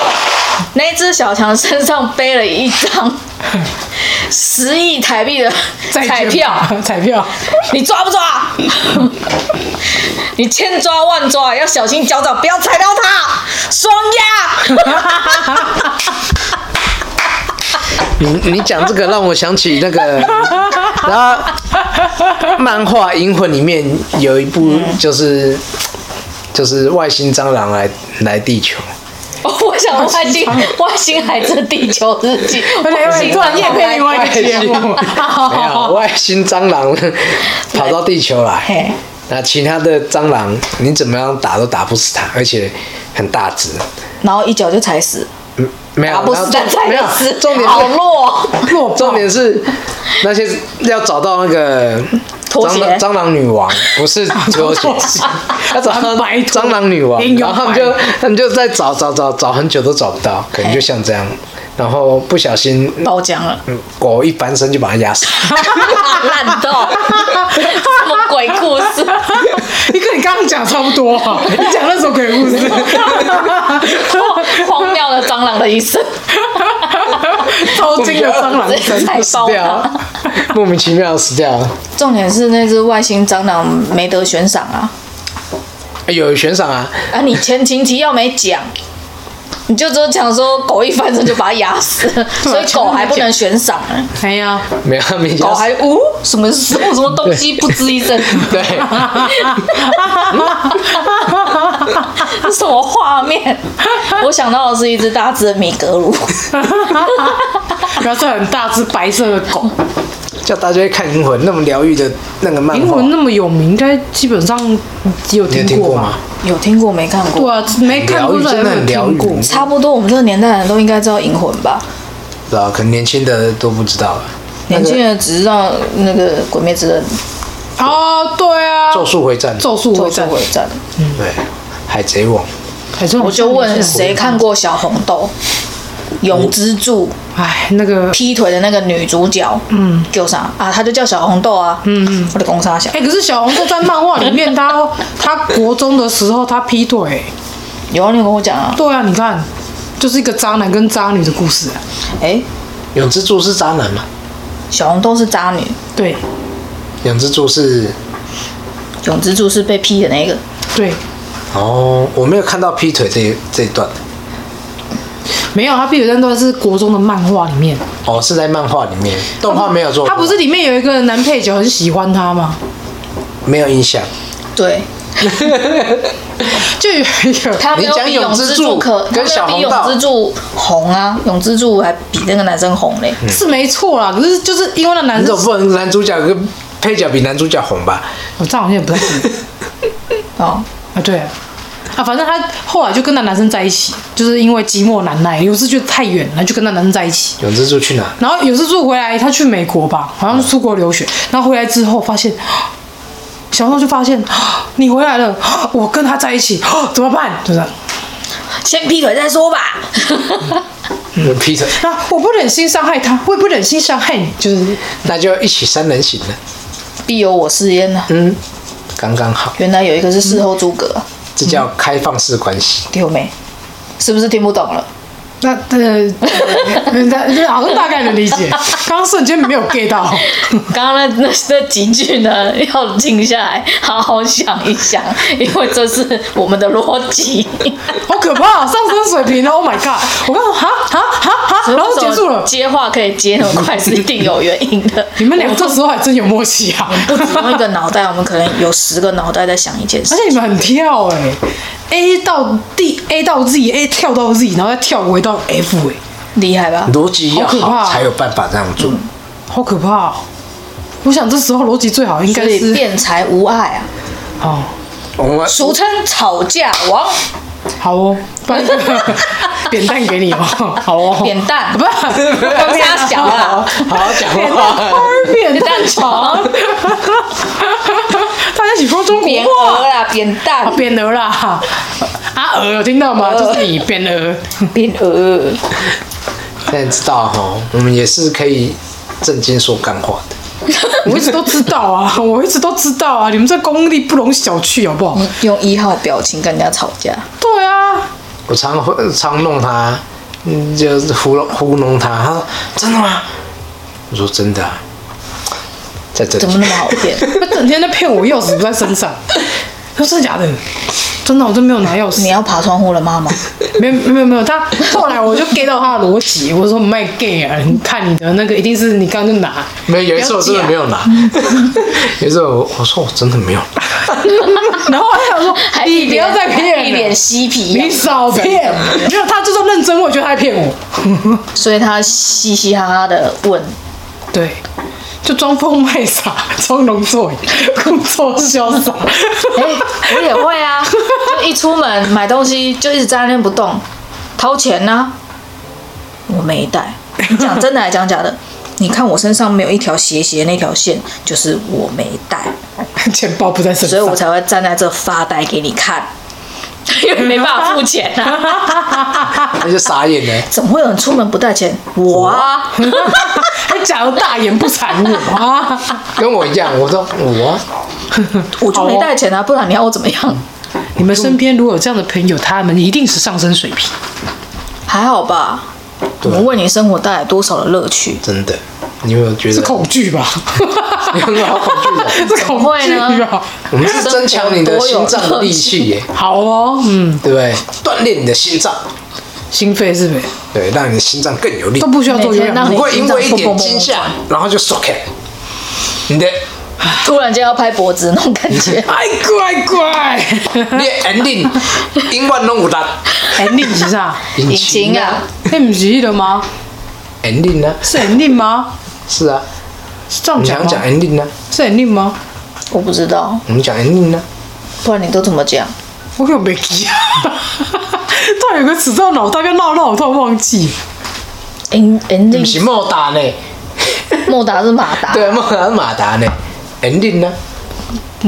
那只小强身上背了一张十亿台币的
再
彩
见
票，
吧， 彩票，
你抓不抓？你千抓万抓，要小心脚掌，不要踩到它。双压，
你你讲这个让我想起 那个，然后漫画《银魂》里面有一部就是就是外星蟑螂来来地球，
我想外星外星孩子地球日记，
哎
而且
外
又
星
突然夜配另外一个节目，
没 有外星蟑 螂跑到地球来
嘿，
那其他的蟑螂你怎么样打都打不死它，而且很大只。
然后一脚就踩死，
嗯，没有，
打不
然
死
后
但
重
踩
没有
得死，
重点是
好弱。
重点是那些要找到那个
拖
蟑
鞋
螂蟑螂女王，不是拖鞋，要找到
白拖
蟑螂女王
英，勇
然后他们
白
就他们就在找找找找很久都找不到，可能就像这样，然后不小心。
爆浆了，
嗯狗一翻身就把它压死，
烂透，什么鬼故事？
你跟你刚刚讲差不多啊，你讲那首鬼故事，
荒谬的蟑螂的一生，
超惊的蟑螂
直接
声。
踩
死
爆
掉
它。
了， 莫名其妙死掉了。
重点是那只外星蟑螂没得悬赏啊！
哎有悬赏啊，
啊，你前情提要没讲，你就只有讲说狗一翻身就把它压死，所以狗还不能悬赏啊，
哎 呀，
没有他没
狗
压死
还呜、什么什么什么东西不吱一声，
对，
这什么画面？我想到的是一只大只的米格鲁，
啊然后是很大只白色的狗，
叫大家去看《银魂》那么疗愈的那个漫
英
画
文，那么有名，应该基本上有
你有
听
听过
吧
吗？？
有听过没看
对
过？
啊，没看过
疗愈
但
真的
有
很疗
听
愈
过。
差不多，我们这个年代的人都应该知道《银魂》吧？
对啊，可能年轻的都不知道了。
年轻人只知道那个《鬼灭之刃》
哦，对啊，
咒术回战，
咒术
《咒
回
术
战，
回战》，
对，海贼王》。
海中
我就问谁看？过《小红豆》？永之助
哎，那个
劈腿的那个女主角，嗯，叫啥啊？她就叫小红豆啊，嗯嗯，我的公杀小
哎、，可是小红豆在漫画里面，他他国中的时候他劈腿，
有啊，你有跟我讲啊，
对啊，你看，就是一个渣男跟渣女的故事、啊，
哎，
永之助是渣男嘛？
小红豆是渣女，
对
永之助是
永之助是被劈的那个，
对，
哦，我没有看到劈腿这一这一段，
没有他劈腿那段是国中的漫画里面，
哦，是在漫画里面，动画没有做
哦
过，
他不是里面有一个男配角很喜欢他吗？
没有印象。
对，
就有一个
她没有
你讲
比
永
永
之
之
助
助可，她
跟
没
小
有
红
比
豆
永之助红啊，永之助还比那个男生红嘞，
嗯
是没错啦，可是就是因为那男
你
生
总，不能男主角跟配角比男主角红吧？
我这样好像也不太对
哦，
啊，对啊。啊，反正他后来就跟那男生在一起，就是因为寂寞难耐，有时觉得太远了，就跟那男生在一起。
永之助去哪？
然后有次住回来，他去美国吧，好像是出国留学。然后回来之后发现，小时候就发现你回来了，我跟他在一起，怎么办？就这样。
先劈腿再说吧，
有
嗯
劈腿，
那我不忍心伤害他，我也不忍心伤害你，就是
那就一起三人行了。
必有我师焉呐。啊
嗯，刚刚好，
原来有一个是事后诸葛啊，
这叫开放式关系。
丢没？是不是听不懂了？
那呃，那好像大概能理解。刚刚瞬间没有 get 到，
刚刚那那那几句呢，要静下来，好好想一想，因为这是我们的逻辑。
好可怕、上升水平哦！Oh my god！我刚刚哈哈哈 哈，然后结束了。
接话可以接那么快，是一定有原因的。
你们俩这时候还真有默契啊！
不止用一个脑袋，我们可能有十个脑袋在想一件事
而。且你们很跳哎、a 到 D A 到 Z，A 跳到 Z，然后再跳回到 F 哎、
厉害吧？
逻辑
好
要
可
好
怕嗯
才有办法这样做。
好可怕、哦！我想这时候逻辑最好应
所
该
以
是
辩才无碍啊，
哦，
我们
俗称吵架王。
好哦，不然 扁担给你哦，好哦，
扁担
不是哦
公差小啊
好好讲
扁担
话
花，儿 扁担
扁担
床
床，
大家一起说中
扁
国
鹅
话，
啦，扁
啊
担，
扁鹅啦，阿鹅有听到
呃
吗？就是你扁鹅，
扁鹅。
现在知道哈，我们也是可以正经说干话的。
我一直都知道啊，我一直都知道啊，你们这功力不容小觑，好不好？
哦用一号表情跟人家吵架，
对啊，
我常会常弄他，嗯，就是糊弄糊弄他。他说真的吗？我说真的、啊，在这
怎么
里。
那么好 骗？
他整天在骗我钥匙不在身上， 他说真的假的？真的，我真没有拿钥匙
你。要爬窗户了吗？妈妈，
没有没有没有，他后来我就 get 到他的逻辑，我说卖 gay 啊，你看你的那个一定是你刚刚就拿，
没有，有一次我真的没有拿。有一次我我说我真的没有，
啊然后他想说
还
你
一
不
脸
要再骗
一
了
脸，嬉皮
你
样，
少 骗，没有他就算认真，我也觉得他在骗我，
所以他嘻嘻哈哈的问，
对，就装疯卖傻，装聋作哑，故作潇 洒，
哎、我也会 啊，就一出门买东西就一直在那边不动，掏钱呢、我没带，你讲真的还讲假的？你看我身上没有一条斜斜那条线，就是我没带，
钱包不在身
所以
上
我。才会站在这发呆给你看，因为没办法付钱啊。
他就傻眼了。
怎么会有人出门不带钱？我啊，
还假如大言不惭我啊！
跟我一样，我说我
我就没带钱啊，不然你要我怎么样？
你们身边如果有这样的朋友，他们一定是上升水平。
还好吧。我
对
们为你生活带来多少的乐趣？
真的，你有没有觉
是
得？
恐惧 吧？
你有没有好恐惧的？
是恐惧啊
怎么会啊
吧？
我们是增强你的心脏的力气耶，
好哦，嗯，
对不对？锻炼你的心脏，
心肺是不是
对，让你的心脏更有力
都，不需要做有
每天让
氧？，
不
你
会因为一点惊吓，然后就 s o c 你的
突然间要拍脖子那种感觉
哎，乖乖，
你的 ending 永远拢有力。
哎，令是啥？
引
引擎啊，
那不是的吗？
ending 呢？
是很令吗？
啊是啊，
是这样
我
哦
们
讲
常
吗
讲？ending 呢，
是很令吗？
我不知道，
我们讲 ending 啊呢，
不然你都怎么讲？
我可没记啊。突然有个词在我脑袋边绕绕，我突然忘记。
n ending
不是莫达呢，
莫达是马达，
啊对，莫达是马达呢，ending 啊呢，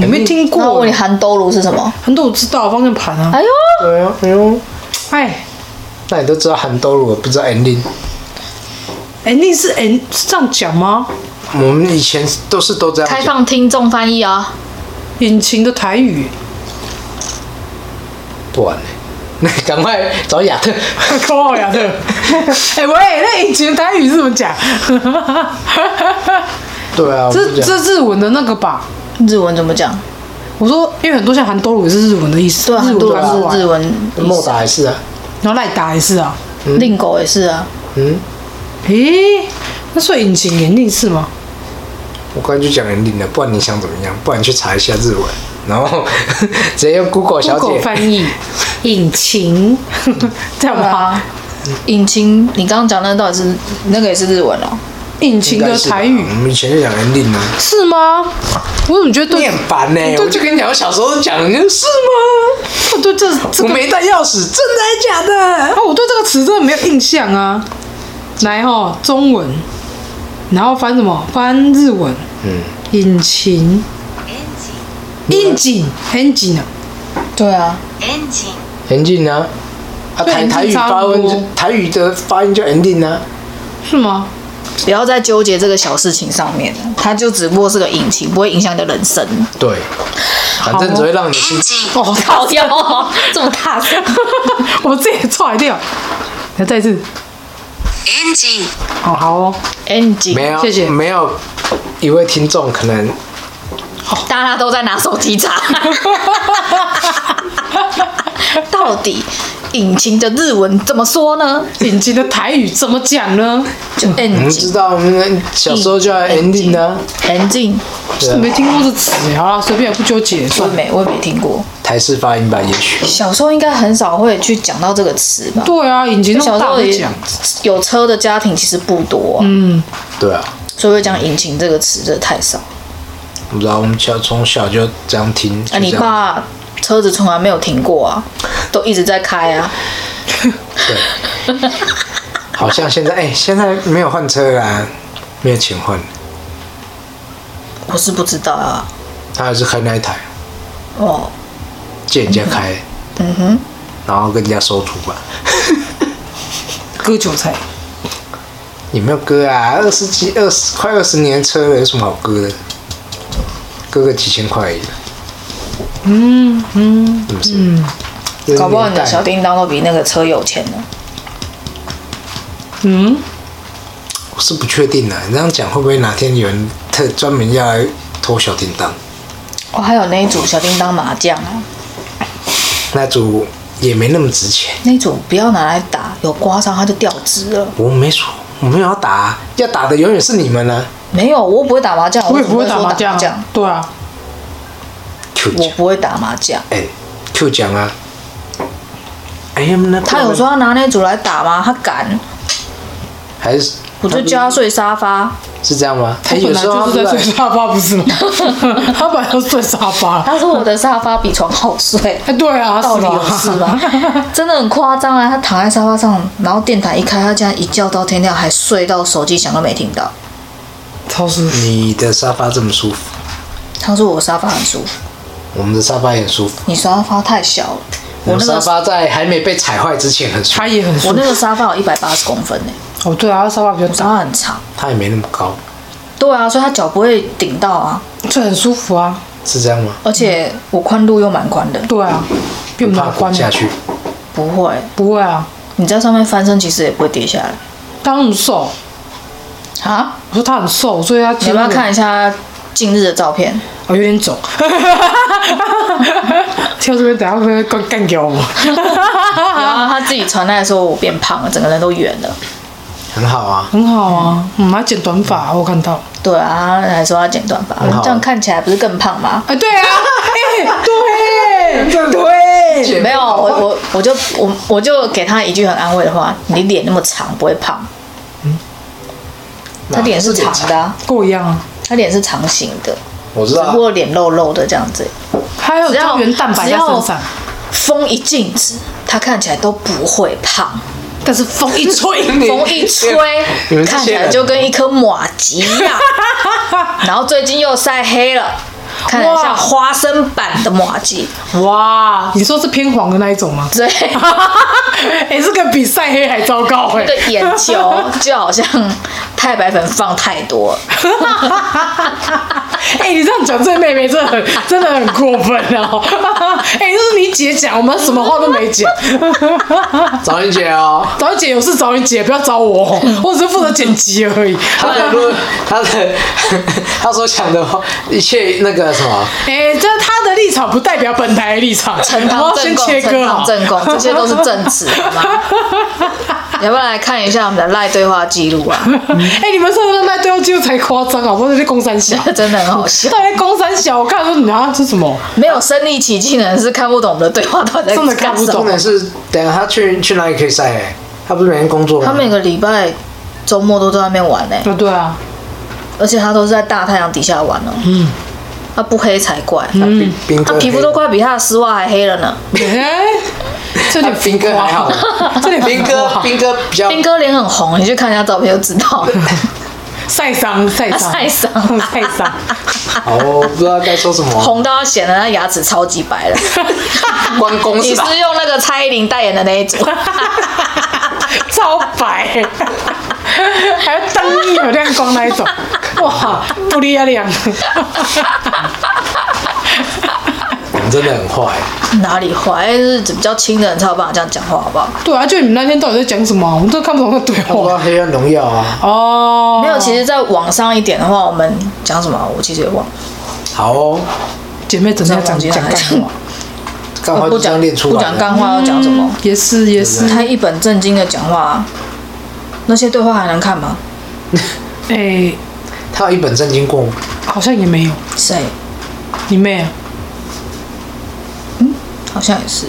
我没听
那我
过
问你，含兜炉是什么？
很多我知道方向盘啊。
哎呦，
对啊，哎呦，
哎，
那你都知道韩兜鲁，不知道 ending。
哎，那是哎是这样讲吗？
我们以前都是都这样
开
讲，
放听众翻译啊，
引擎的台语，
不玩了。 那赶快找亚特，
靠呀的！哎喂，那引擎的台语是怎么讲？
对啊，我们
这
就
这日文的那个吧？
日文怎么讲？
我说，因为很多像韩多鲁也是日文的意思，
对啊，
日
嗯很
文
多
翻过
人
来
是日文
这莫打也是啊，
然后赖达也是啊。
令狗也是啊，
嗯，
诶，那所以引擎也类似吗？
我刚才就讲 ending 了，不然你想怎么样？不然你去查一下日文，然后 直接用 Google 小
Google
姐，
翻译，引擎， 这样
啊
吧。，
引擎，啊你刚刚讲那到底是那个也是日文哦？
引擎
应该
的
是吧
台语
我们以前就讲 ending 啊，
是吗？我怎么觉得
你
对
很烦呢、
对啊
我就跟你讲，我小时候讲就是吗？
我对这这
我
个
没带钥匙，真的还假的？
啊，我对这个词真的没有印象啊。来哈，中文，然后翻什么？翻日文。嗯。引擎。引擎，engine 啊。
对啊，
很近啊，啊
对
台台语
ending 差
发
不多
音就台语的发音就 ending 啊，
是吗？
不要再纠结这个小事情上面了，它就只不过是个引擎，不会影响你的人生。
对，反正只会让你心情
哦，靠腰哦，这么大 声，
我自己踹掉。来再一次。engine。哦，好哦。
没
engine，
有
谢谢
没有一位听众可能
大家都在拿手机查。到底引擎的日文怎么说呢？
引擎的台语怎么讲呢？
就
嗯我们知
engine，
道，我
嗯
们小时候就要 ending 啊，
engine，
对啊
没听过这词，好了，随便不纠结，
我
算
也
了。
没我也没听过，
台式发音吧，也许
小时候应该很少会去讲到这个词吧？
对啊，引擎那么
小时
大
候
会
也
讲，嗯
有车的家庭其实不多、啊，
对啊，
所以会讲“引擎”这个词真的太少。
我不知道，我们小从小就这样听，
啊，
就
你
这样，
爸车子从来没有停过啊，都一直在开啊。
好像现在哎，现在没有换车啦，没有钱换，
我是不知道啊，
他还是开那一台，
哦，
借人家开，嗯哼，然后跟人家收徒吧，
割韭菜。
也没有割啊，二十几、二十快二十年的车了，有什么好割的？割个几千块而已。嗯嗯，是不是？
嗯搞不好你的
这是
小
年代
叮当都比那个车有钱呢。
我是不确定的、啊你这样讲会不会哪天有人特专门要来偷小叮当？
哦，还有那一组小叮当麻将啊，
那组也没那么值钱。
那一组不要拿来打，有刮伤它就掉枝了。
我没说，我没有要打、啊，要打的永远是你们呢、啊。
没有，我又不会打麻将，
我也
怎
不
么
会
说
打麻
将
将啊，对啊，
Q
我
奖，
不会打麻将。
哎、q 奖啊！哎呀，那
他有说要拿那组来打吗？他敢，
还是
我就叫他睡沙发。
是这样吗？他
他本
有
来
时候
就是在
他
睡沙发，不是吗？他本来就睡沙发了。
他说我的沙发比床好睡。
哎，对啊，
道理有
是
是
吧
吧？ 真的很夸张啊！他躺在沙发上，然后电台一开，他竟然一觉到天亮，还睡到手机响都没听到。
超舒服。
你的沙发这么舒服，
他说我沙发很舒服，
我们的沙发也很舒服。
你沙发太小了。
我
我
们
那
沙
个
发在还没被踩坏之前很舒服，
他也很舒
我
服
那。个沙发有一百八十公分呢、
哦，对啊，他沙发比较
我沙
大，
发很长。
它也没那么高，
对啊，所以他脚不会顶到啊，
这很舒服啊。
是这样吗？
而且我宽度又蛮宽的，
对啊，比
嗯
我们
怕
的
滚
宽
下
的
去，
不会。
不会啊，
你在上面翻身其实也不会跌下来
他很瘦。
啊。
我说他很瘦，所以他
你要不要看一下近日的照片？
我有点肿，跳这边等下会不会干干掉我？
然后他自己传来的时候，我变胖了，整个人都圆了。
很好啊。
很好啊，嗯，他剪短发，我看到。
对啊，他还说要剪短发，
好啊
这样看起来不是更胖吗？
哎，对啊，哎，对对，
没有，我我我就我我就给他一句很安慰的话：你脸那么长，不会胖。
嗯
他脸是长的、啊，
跟我一样啊。
他脸是长形的，
我知
只
道啊
不，过脸肉肉的这样子。
还有胶原蛋白在身
只要
上，
风一静止，他看起来都不会胖。
但是风一吹，
风一
你
吹，
们这
看
些
起
人
来就跟一颗马吉一样。然后最近又晒黑了，看起来像花生版的马吉，
哇，你说是偏黄的那一种吗？
对，
哎、这个比晒黑还糟糕哎、
那个眼 球就好像太白粉放太多了，
哎、你这样讲，这妹妹真的很真的很过分哦。 哎、这是你姐讲，我们什么话都没 讲。
找你姐哦。
找你姐有事找你姐，不要找我哦，
嗯
我只是负责剪辑而已。
他的论，他的 他所讲的话一切那个什么，
哎、这他的立场不代表本台的立 场，
陈
我
塘
要先
正贡，
切
陈
割
塘
好。
正贡，这些都是正词，好吗？你要不要来看一下我们的赖对话记录 啊？
哎、你们上次那对话记录才夸张啊！我在攻 三小，
真的很好笑，
到底在攻三小？我看说你啊，这什么？
没有身临其境的人是看不懂我们的对话到底在
真的看
干
不
什
懂
重
么。
点是，等下他去去哪里可以晒、欸？他不是每天工作吗？
他每个礼拜周末都在外面玩呢、欸
啊，对 啊，
而且他都是在大太阳底下玩哦。嗯，他不黑才怪，
嗯
兵兵
嗯他
哥
皮肤都快比他的丝袜还黑了呢。
哎、这
他
啊
点
兵 哥还好，
这点
兵哥兵哥比较
兵哥脸很红，你去看一下照片就知 道了。
晒伤晒伤
晒伤
晒伤。
哦，不知道该说什么。
红到显得他牙齿超级白了。
关公
你
是吧？
是用那个蔡依林代言的那一 组，
超白，还要当一有亮光那一种，哇，不利亚啊亮，
你真的很坏，
哪里坏？哎是比较轻的人才有办法这样讲话，好不好？
对啊，就你们那天到底在讲什么啊？我们都看不懂那对
包括
话。
黑暗荣耀啊。
哦，
没有，其实再往上一点的话，我们讲什么啊？我其实也忘了，
好哦，
姐妹整天讲
忘记
讲
了
干话，
干嘛
不
就这样
讲
练出来
不
了？嗯
讲干话要讲什么？
也是也是，
他一本正经的讲话啊，那些对话还能看吗？
哎，
他有一本正经过吗，
好像也没有，
谁？
你妹啊，
好像也是。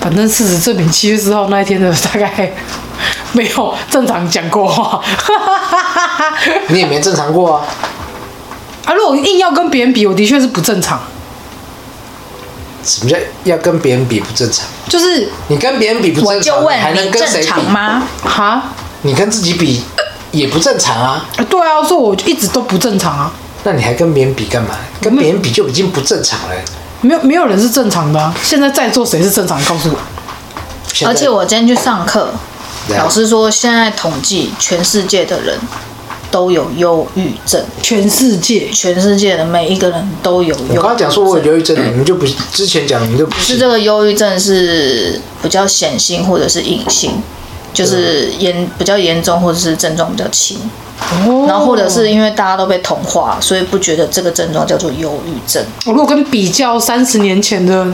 反正事实证明，七月四号那一天的大概没有正常讲过话。
你也没正常过啊。
啊，如果硬要跟别人比，我的确是不正常，
什么叫要跟别人比不正常？
就是
你跟别人比不
我
正
就
常，
问
你还能
你
跟谁
正
比
常？吗？
哈，
你跟自己比也不正常啊。
啊对啊，所以我就一直都不正常啊。
那你还跟别人比干嘛？跟别人比就已经不正常了。
没有没有人是正常的、啊，现在在座谁是正常？你告诉我，
现在
而且我今天去上课，
对啊
老师说现在统计全世界的人都有忧郁症，
全世界
全世界的每一个人都有忧郁
我
症。
刚刚讲说我有忧郁症，你们就不之前讲你们就不
是这个忧郁症是比较显性或者是隐性，就是严比较严重或者是症状比较轻，
哦
然后或者是因为大家都被同化，所以不觉得这个症状叫做忧郁症。
我如果跟比较三十年前的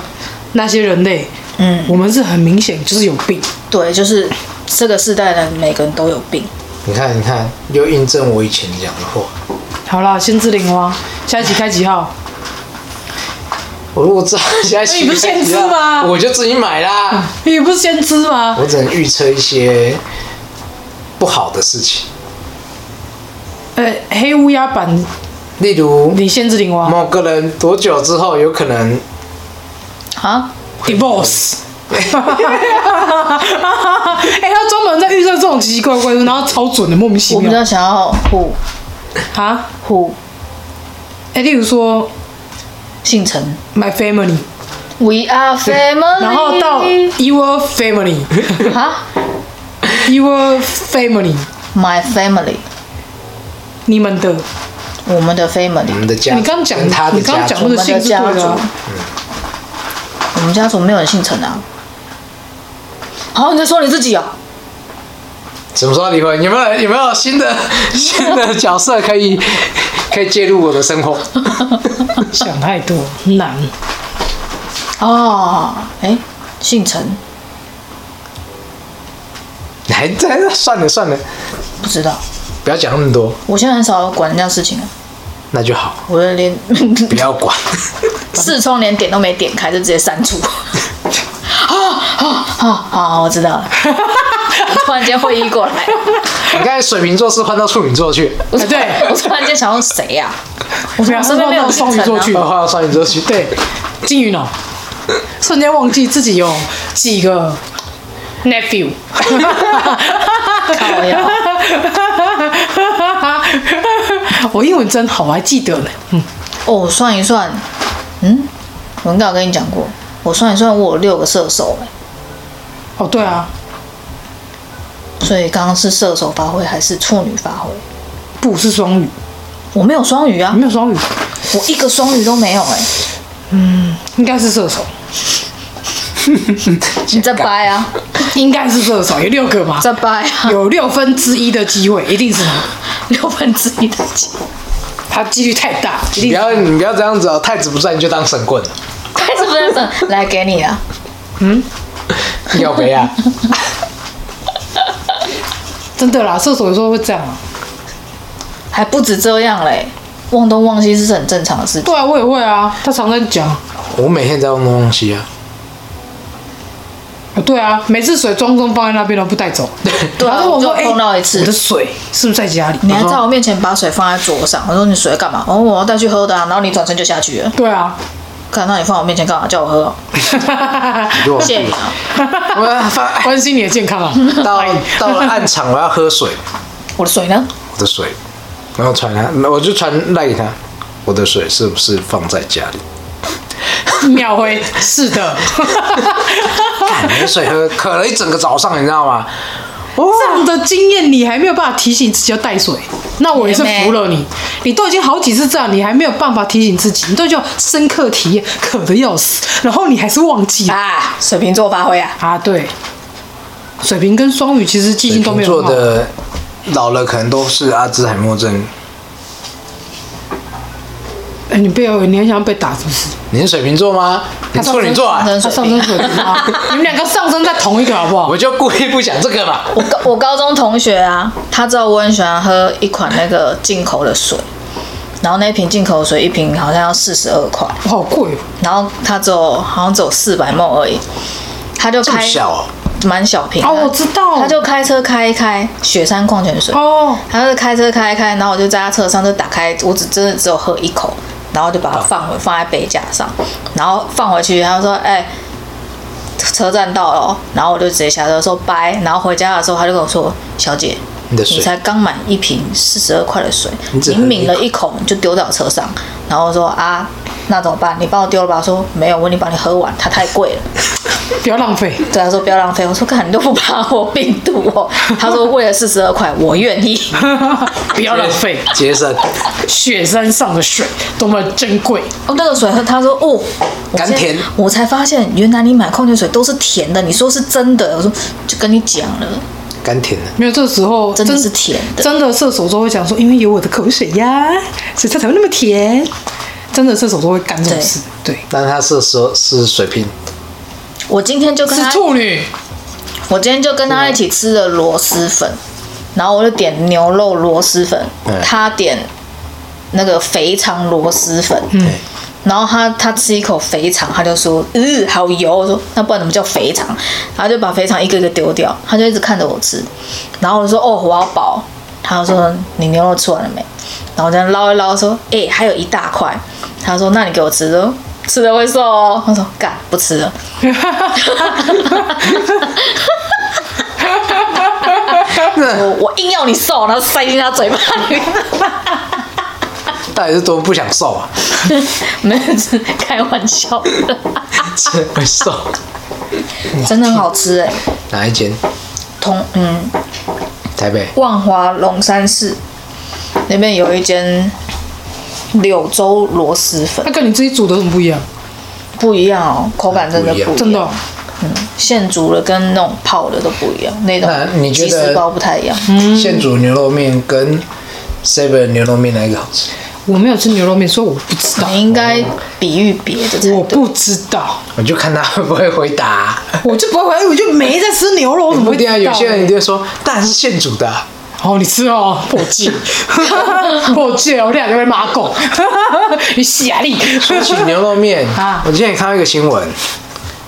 那些人类，
嗯，
我们是很明显就是有病，
对，就是这个世代的人每个人都有病。
你看你看又印证我以前讲的话。
好啦，先知灵蛙，下一集开几号？
我如果知道现 在起
那你不是先知吗
我就自己买啦。
你不是先知吗？
我只能预测一些不好的事情，
呃，黑乌鸦版
例如
你先知灵蛙
某个人多久之后有可能
啊，
，divorce。哎、他专门在预测这种奇奇怪怪的，然后超准的，莫名其
我比
妙
较想要虎
啊！
虎
哎、例如说
姓陈
my family，
，We are family。
然后到 your family，
啊
Your family，
，My family，
你们的，
我们的
我
family，
们的家族
哎你刚讲
跟他的
你刚
家族
讲那个姓是对
我们
的
的家族
啊，
我们家族没有人姓陈啊。好，你在说你自己啊？
什么时候离婚？有没有有没有新的 新的角色可以 可以介入我的生 活？
想太多，难。
哦，哎，姓陈，
还在哎算了算了，
不知道。
不要讲那么多，
我现在很少管人家事情了，啊
那就好，
我就 连
不要管。
视窗连点都没点开，就直接删 除。啊啊啊！好，我知道了。我突然间会意过来，
你刚才水瓶座是换到处女座去，
我突
哎
然我突然间想用谁呀？我
不要
我身边没有
换到
姓
双鱼座
陈啊
去。
换到双鱼座去。
对，金鱼脑，瞬间忘记自己有几个 nephew。
靠呀！
我英文真好，我还记得呢。
哦，我算一算，嗯，我应该有跟你讲过，我算一算，我有六个射手、欸
哦，对啊，
所以刚刚是射手发挥还是处女发挥？
不是双语，
我没有双鱼啊
没，有双语，
我一个双鱼都 没有哎、
应该是射手，
你在掰啊，
应该是射手，有六个嘛，
在掰啊，
有六分之一的机会，一定是他，
六分之一的机
他几率太大，一
你不
定
要你不要这样子哦，太子不在你就当神棍了，
会，是不 是这？来给你啊，
你 要赔啊？
真的啦，射手有时候会这样啊。
还不止这样嘞，忘东忘西是很正常的事情。
对啊，我也会啊，他常在讲。
我每天在用东西啊，
哦对啊，每次水装中放在那边都不带走。
对啊
然后我说
我就碰到一次
哎我的水是不是在家里？
你还在我面前把水放在桌上，我说你水干嘛？哦，我要带去喝的啊。然后你转身就下去了，
对啊，
看到你放我面前干嘛？叫我喝、哦，
如果
谢你啊。
我要 发
关心你的健康 啊。
到到了暗场，我要喝水，
我的水呢？
我的水，然后传他，我就传赖给他，我的水是不是放在家里？
秒回，是的。
没水哎喝，渴了一整个早上，你知道吗？
哦
这样的经验你还没有办法提醒自己要带水，那我也是服了你。你都已经好几次这样，你还没有办法提醒自己，你都已经有深刻体验，渴的要死，然后你还是忘记了
啊，水瓶座发挥啊，
啊！对，水瓶跟双鱼其实记性都没有
做
很好
的老了，可能都是阿兹海默症。
哎、你被你很想被打是不是？
你是水瓶座吗？你处女座啊？
上
他上
升水瓶
升。水平吗？你们两个上升在同一个好不好？
我就故意不讲这 个嘛。
我高我高中同学啊，他知道我很喜欢喝一款那个进口的水，然后那一瓶进口水一瓶好像要四十二块，
好贵哦，
然后他只有好像只有四百梦而已，他就
这么
开
小哦
蛮小瓶的
哦我知道
他就开车开一开雪山矿泉水，
哦
他就开车开一开，然后我就在他车上就打开，我只真的只有喝一口，然后就把它放回放在杯架上，然后放回去，他就说，哎、车站到了哦，然后我就直接下车说拜，然后回家的时候他就跟我说，小姐，
你的水
你才刚满一瓶四十二块的水，
你只
你
喝了一口
抿了一口你就丢到我车上，然后我说啊，那怎么办？你帮我丢了吧？我说没有，我已经帮你喝完，它太贵了。
不要浪费。
对他说不要浪费，我说看你都不怕我病毒哦。他说为了四十二块，我愿意。
不要浪费，
杰森，
雪山上的水多么珍贵！
哦，那个水喝，他说哦，我
甘
现在
甜
我才发现原来你买矿泉水都是甜的，你说是真的，我说就跟你讲了，
甘甜的，
没有这时候
真的是甜的
真的射手座会想说，因为有我的口水呀，所以它才会那么甜。真的射手座会干这种事，对，
但他是说是水瓶，
我今天就跟
是
他，
处女，
我今天就跟他一起吃了螺蛳粉，然后我就点牛肉螺蛳粉
嗯，
他点那个肥肠螺蛳粉，
嗯，
然后他他吃一口肥肠，他就说，嗯，好油。我说那不然怎么叫肥肠？然后就把肥肠一个一个丢掉，他就一直看着我吃。然后我就说，哦，我要饱。他就说你牛肉吃完了没？然后我这样捞一捞，说，哎、还有一大块。他说那你给我吃的，吃了会瘦哦。我说干不吃了。我我硬要你瘦，然后塞进他嘴巴里面，
到底是多不想瘦啊？
没有是开玩笑的，
这会瘦？
真的很好吃哎、
哪一间？
同嗯，
台北
万华龙山寺那边有一间柳州螺蛳粉
那，跟你自己煮的很不一样，
不一样哦，口感真的不一样，
真的哦、
现煮的跟那种泡的都不一样，那
那
种
你觉
鸡
得
丝包不太一样。
嗯
现煮牛肉面跟 seven 牛肉面哪一个好吃？
我没有吃牛肉面，所以我不知道，
你应该比喻别的才
我
对。
不知道，
我就看他会不会回答、
我就不会怀疑，我就没在吃牛肉，我怎么
不
会知
一定
道欸
啊，有些人就会说，当然是现煮的啊、
哦，你吃哦，破戒， 破戒哦，我俩就会骂 狗，你瞎力，
说 起牛肉面
啊
我之前也看到一个新闻，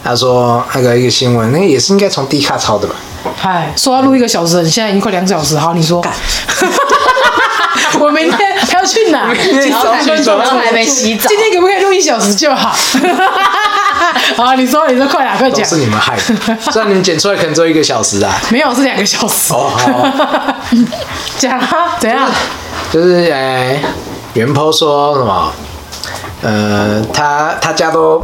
他说那个一个新闻，那个也是应该从 D 卡抄的吧？
嗨，哎说要录一个小时，你现在已经快两小时，好，你说。 我明天还要去哪？
天
然后
早
才
起
分钟
早上
还没洗澡
今天可不可以录一小时就好？ 好，你说，你说，快啦，快
都
讲
哦是。你 们害的，虽然你们剪出来可能只有一个小时啊。
没有，是两个小时。
哦，好，
讲啊，怎样？
就是呃，袁坡说什么？呃，他他家都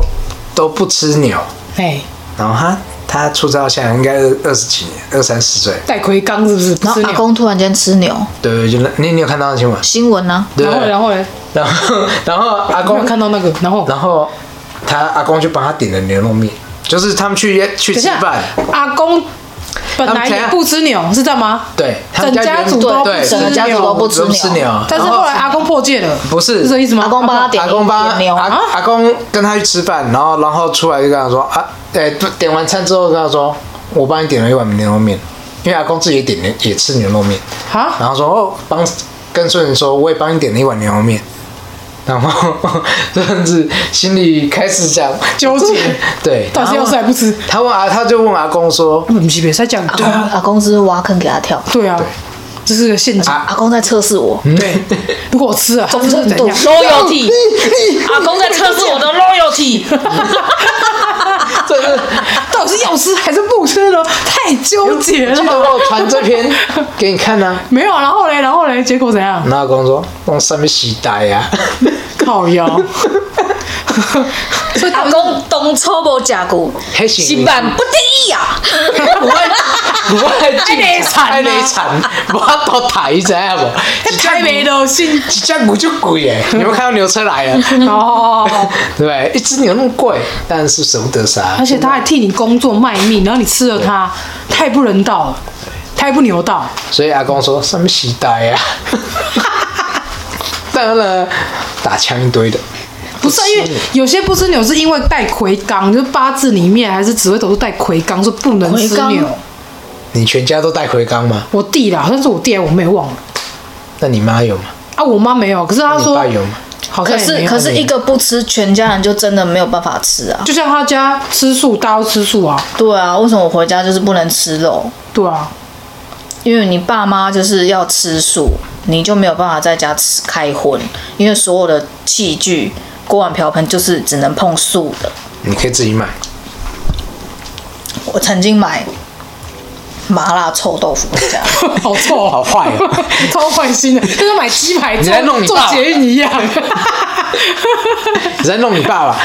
都不吃牛，
哎，
然后他他出招现在应该二二十几年，二三十岁，
戴盔刚是不是？不
然后
是
阿
鸟。
公突然间吃牛，
对对，就那你你有看到那新闻？
新闻呢、
对
然后然后嘞，
然后然后阿
我没有
公，
看到那个，然后
然后他阿公就帮他点了牛肉面，就是他们去去
等一
吃
下
饭，，
阿公本来
他们
也不吃牛，是这样吗？
对，他们
整家
原
族都
对
不吃
整个家族
牛
都不吃
都不吃
牛，
牛
但是
然
后来阿公破戒了，
不是
是这意思吗？
阿公帮他点
阿公帮
点牛
阿
啊
阿公跟他去吃饭，然后然后出来就跟他说啊，哎，点完餐之后跟他说，我帮你点了一碗牛肉面，因为阿公自己也点牛也吃牛肉面，
啊，
然后说哦，帮跟顺子说，我也帮你点了一碗牛肉面。然后 顺子心里开始讲
纠结
对，
到底是要吃还不吃？
他问啊，他就问阿公说
不是别再讲，
阿
对
公
啊，
阿公是挖坑给他跳，
对啊，这是个陷阱。
阿公在测试我，
对，如果我吃了，
忠
这是
诚
怎
度
样？
loyalty，
阿公在测试我的 loyalty，到底是要吃还是不吃呢？太纠：“结
记得
了。
我有哦传这篇给你看 呢、
没有啊，然后嘞，然后嘞，结果怎样？
然后阿公说：“用上面洗呆呀、
靠腰。所以
阿公当初无食过，
还行
是万不得已啊！
我我爱
爱内
进
产啊
爱内产，我都抬知影无？一只
太没
牛，
良心
一只牛就贵耶！你们看到牛车来 了，
哦。
对不对？一只牛那么贵，但是舍不得杀
而。且他还替你工作卖命，然后你吃了它，太不人道了，太不牛道。
所以阿公说：上面洗呆呀、啊 当然，打枪一堆的，
不是啊，因为有些不吃牛是因为带魁罡，就是八字里面还是紫微斗数带魁罡，说不能吃
魁罡
牛。
你全家都带回缸吗？
我弟啦，好像是我弟，我妹忘了
那你妈有吗？
啊，我妈没有，可是她
你
说
爸有吗？
好
可
像也没
是
有
可是一个不吃，全家人就真的没有办法吃啊！
就像他家吃素，大家都吃素啊，
对啊，为什么我回家就是不能吃肉？
对 啊，
因为你爸妈就是要吃素，你就没有办法在家吃开荤，因为所有的器具、锅碗瓢盆就是只能碰素的。
你可以自己买。
我曾经买麻辣臭豆腐回 家，
好臭，
好坏哦
超坏心的，就跟买鸡排
你
做
在弄你
做
爸
捷运一 样。
你在弄你爸爸？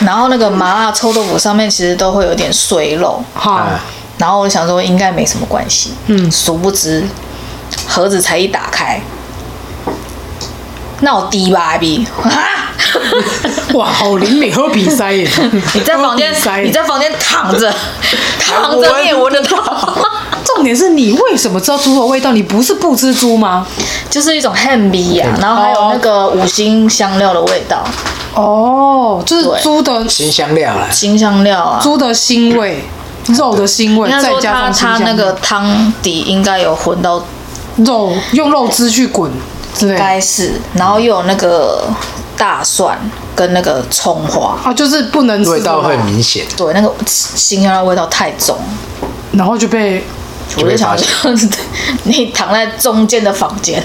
然后那个麻辣臭豆腐上面其实都会有点碎肉，
好，
啊
然后我想说应该没什么关系，嗯，殊不知盒子才一打开，那我低吧逼，啊！
哇，好灵敏，喝比塞耶！
你在房间
喝比塞，耶
你在房间躺 着，躺着你也闻得到，
重点是你为什么知道猪肉味道？你不是不吃猪吗？
就是一种汉逼呀，然后还有那个五星香料的味道，
哦，就是
对
猪的
新香料啦，
新香料啊。
猪的腥味，肉的腥味，
应该
再
说
加上
它它
新
那
香
个汤底应该有混到
肉，用肉汁去滚之类
应
的。
该是，然后又有那个大蒜跟那个葱花，
啊，就是不能吃
味道会
了
很明显。
对，那个新香料味道太重，
然后就被
我就想说， 你躺在中间的房间，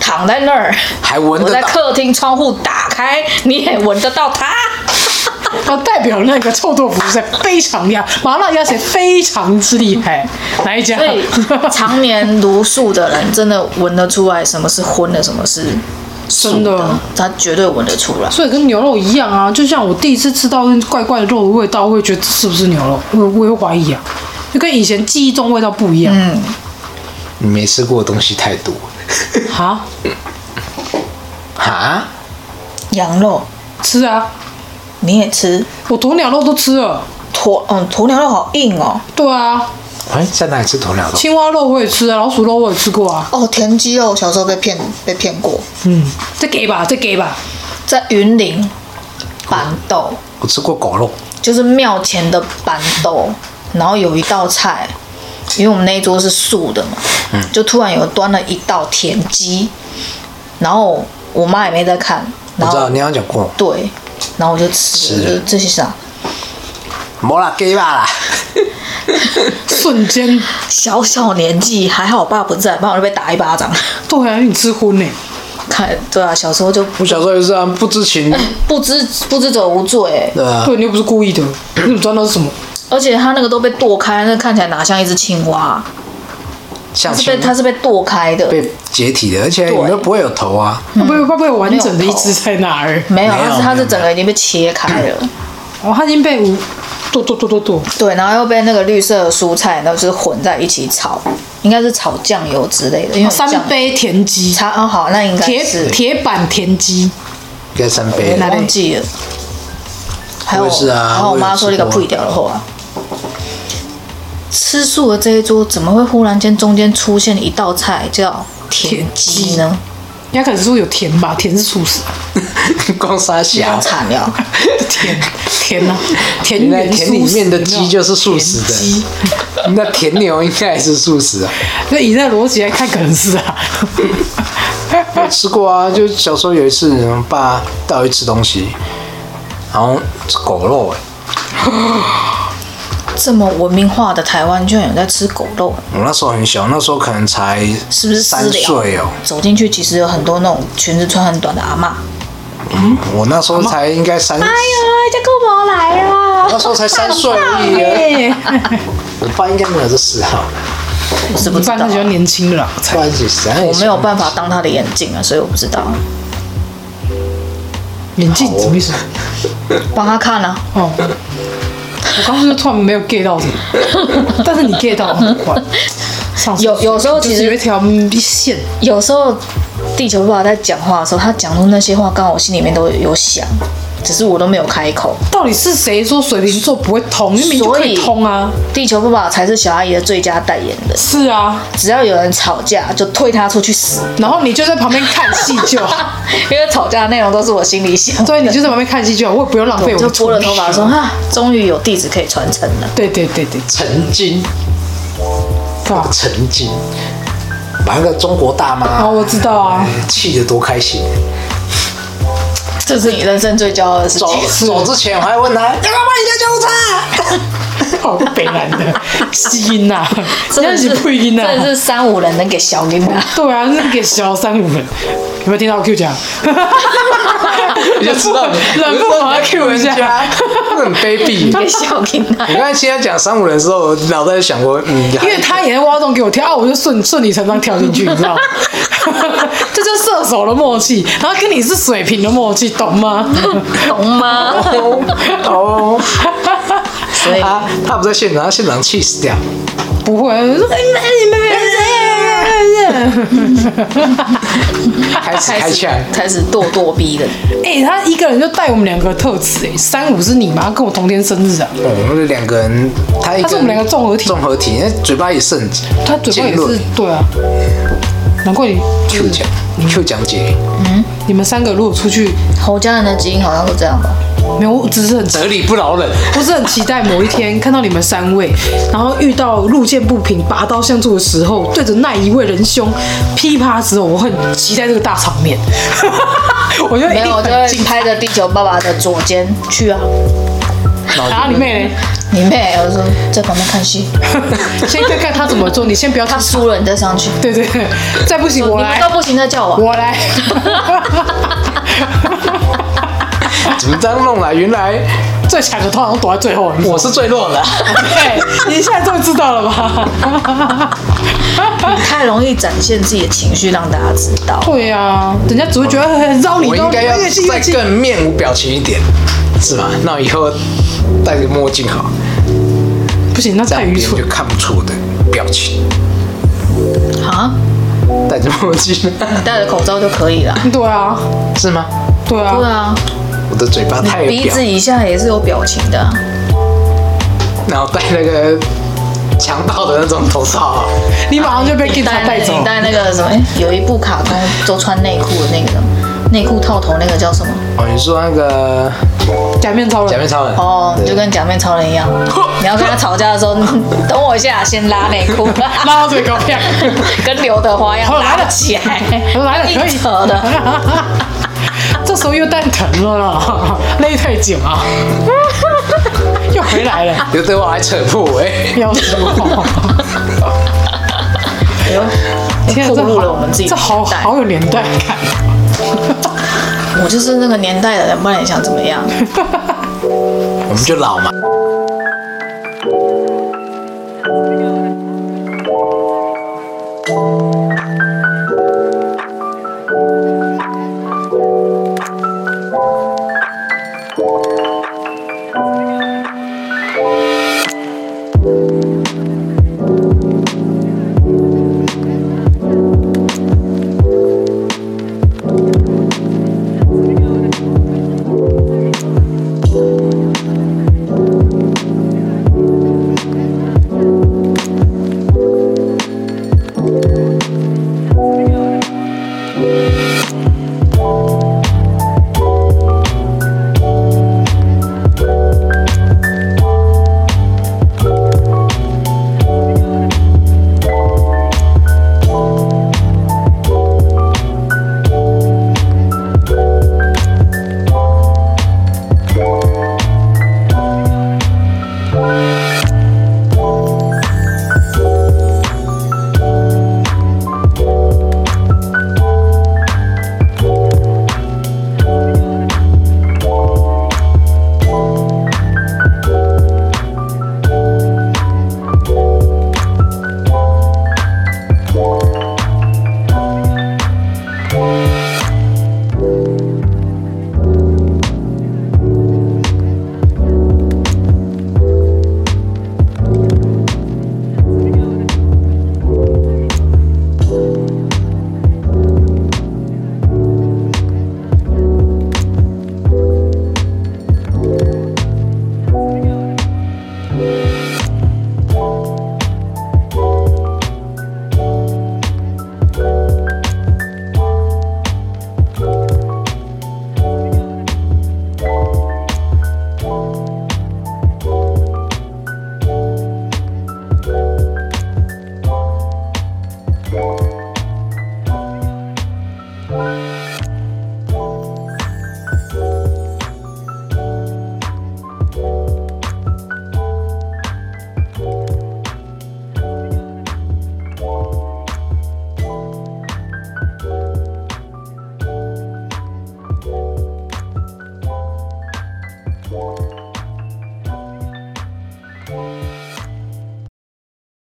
躺在那儿，
还闻得
我在
到
客厅窗户打开，你也闻得到它。
它啊代表那个臭豆腐是非常厉害，麻辣鸭血非常之厉害，哪一家
所？以常年茹素的人，真的闻得出来什么是荤的，什么是 素
真的，
他绝对闻得出来。
所以跟牛肉一样啊，就像我第一次吃到怪怪的肉的味道，我会觉得这是不是牛肉，我我也会怀疑啊，就跟以前记忆中味道不一样
嗯，
你没吃过的东西太多
啊。
哈，
羊肉
吃啊，
你也吃
我鸵鸟肉都吃了，
鸵，嗯，鸵鸟肉好硬哦。
对啊，
哎，在哪里吃鸵鸟肉？
青蛙肉我也吃啊，老鼠肉我也吃过啊。
哦，田鸡肉小时候被骗被骗过，
嗯，再给吧，再给吧。
在云林板豆，
我吃过狗肉，
就是庙前的板豆，然后有一道菜，因为我们那一桌是素的嘛，
嗯
就突然有端了一道田鸡，然后我妈也没在看，
我
然
知道
后
你好像讲过，
对，然后我就吃，
吃
我
了
就这些啥
没啦，给吧啦，
瞬间，
小小年纪，还好我爸不在，不然我就被打一巴掌。
对啊，你吃荤呢、
看，对啊，小时候就
我小时候也是啊，不知情
不知 不知者无罪、欸
对啊，
对，你又不是故意的，你怎么知道那是什么？
而且它那个都被剁开，那看起来哪像一只青蛙啊、
下
它是
去
被它是被剁开的，
被解体的，而且你们不会有头啊，
会不会会不会有完整的一只在那儿？
没有，
没有
它是它是整个已经被切开 了，
哦，它已经被无剁剁剁剁剁，
对，然后又被那个绿色的蔬菜，然后就是混在一起炒，应该是炒酱油之类的，因为
三
酱
杯田鸡，
茶哦好，那应该
铁
是
铁板田鸡，
应该三杯
我
了。
忘记了。还有，
我也是啊
然后我妈说
我
你
也
个
有吃过
屁掉的后啊。吃素的这一桌怎么会忽然间中间出现一道菜叫田鸡 呢？
应该可能是有甜吧，甜是素食，
光沙虾
好，惨了，
甜甜啊，田
原来
园
田
素
里
食
面的
有没
鸡
有
就是素食
田鸡
的，那田 牛应该也是素食啊。
所以以这逻辑来看，可能是 啊。
我吃过啊，就小时候有一次，我爸带我去吃东西，然后是狗肉、欸，
这么文明化的台湾居然有在吃狗肉，
我那时候很小，那时候可能才
是不是私
三岁
聊
哦、
走进去其实有很多那种裙子穿很短的阿嬷。
我那时候才应该三，
哎，叫姑婆来啊！
那时候才三岁而已啊。我爸应该没有这嗜好，
是不
你
知道
爸
啊
他喜欢年轻的啦，
不然几十。
我没有办法当他的眼镜啊，所以我不知道。
眼镜什么意思？
帮他看啊，
哦，我刚刚就突然没有 get 到什 么，但是你 get 到了很快。上次
有有时候其实
就是有一条线，
有时候地球爸爸在讲话的时候，他讲出那些话，刚好我心里面都有想，只是我都没有开口。
到底是谁说水瓶座不会通？明明就
所
可以
以
通啊！
地球爸爸才是小阿姨的最佳代言人，
是啊，
只要有人吵架，就推他出去死，
然后你就在旁边看戏就好，
因为吵架的内容都是我心里想的。
对，你就在旁边看戏就好，我也不用浪费我
我就
的
拨了头发说：“
唇
啊，终于有地址可以传承了。
对对对对，
曾经，
对啊，
曾经，把那个中国大
哦，
妈
我知道 啊，
气得多开心。”
这是你人生最骄傲的事情
走。走之前我还问他要不要帮你叫救护车，
好北南的啊基因呐，
真
真
的
的是配音呐，啊
真的是三五人能给小林 啊，
对啊，那个小三五人，有没有听到我 Q 讲？
你就知道你
忍不住把他 Q 一下。
那很卑鄙。
给小林啊。
你刚才现在讲三五人的时候，我脑袋就想过，嗯，
因为他也在挖洞给我跳，啊，我就顺顺理成章跳进去，你知道吗？这就是射手的默契，然后跟你是水平的默契，懂吗？
懂吗？
哦，
所以
他他不在现场，他现场气死 掉。
不会，我说哎妹妹妹妹妹
开始开枪，
开始咄咄逼人，
哎，他一个人就带我们两个特质，哎，三五是你吗？跟我同天生日啊，
哦我们两个人，他一
他是我们两个综合体
综合体，那嘴巴也是很，
他嘴巴也
尖
是
锐
对啊，难怪你
Q 讲
嗯
Q 讲解，
你们三个如果出去，
侯家人的基因好像都这样吧？
没有，我只是很
得理不饶人。
我是很期待某一天看到你们三位，然后遇到路见不平、拔刀相助的时候，对着那一位仁兄噼啪之后，我很期待这个大场面。 我觉得一哎
没
定
有，我就
很
会
精彩。
拍着地球爸爸的左肩去啊！
然后你妹
你妹，我说在旁边看戏，
嘞，先看看他怎么做，你先不要
他
他
输了你再上去，
对对，对再不行
你
我
们
来
都，不行再叫我。啊
我来。
怎么这样弄来？原来
最强的通常都躲在最后。
我是最 弱的，
对，你现在终于知道了吧？
太容易展现自己的情绪让大家知道。
对啊，人家只会觉得很绕你
我
绕
应
你
该要
越近
再
越近。
更面无表情一点，是吧？那我以后戴个墨镜好，
不行，那
这
太
样
愚
别人
蠢
就。看不出我的表情。
啊，
戴着墨 镜
你戴着口罩就可以了。
对啊，
是吗？
对啊
对，啊，
我的嘴巴太有
鼻
表
子，以下也是有表情的啊，
然后戴那个强盗的那种头套，
你马上就被警察带走
你。戴那个什么？哎有一部卡通都穿内裤的那个什么内裤套头那个叫什么？
哦，你说那个
假面超人
假。面超人
哦，就跟假面超人一 样，你要跟他吵架的时候， 等我一下，先拉内 裤，
拉到最高 票。
跟刘德华一样
好来
拉
了
得起来，
我来了，可
一
以
扯的。。
这时候又蛋疼了 啦，勒太紧啊， 又回来了，
刘德华还扯破 我哎，
要死我！
哎 呦
天啊，这
暴露
好
了我们自己
这
的
好
年代
好有年代感。
我就是那个年代的人，不然你想怎么样？
我们就老嘛。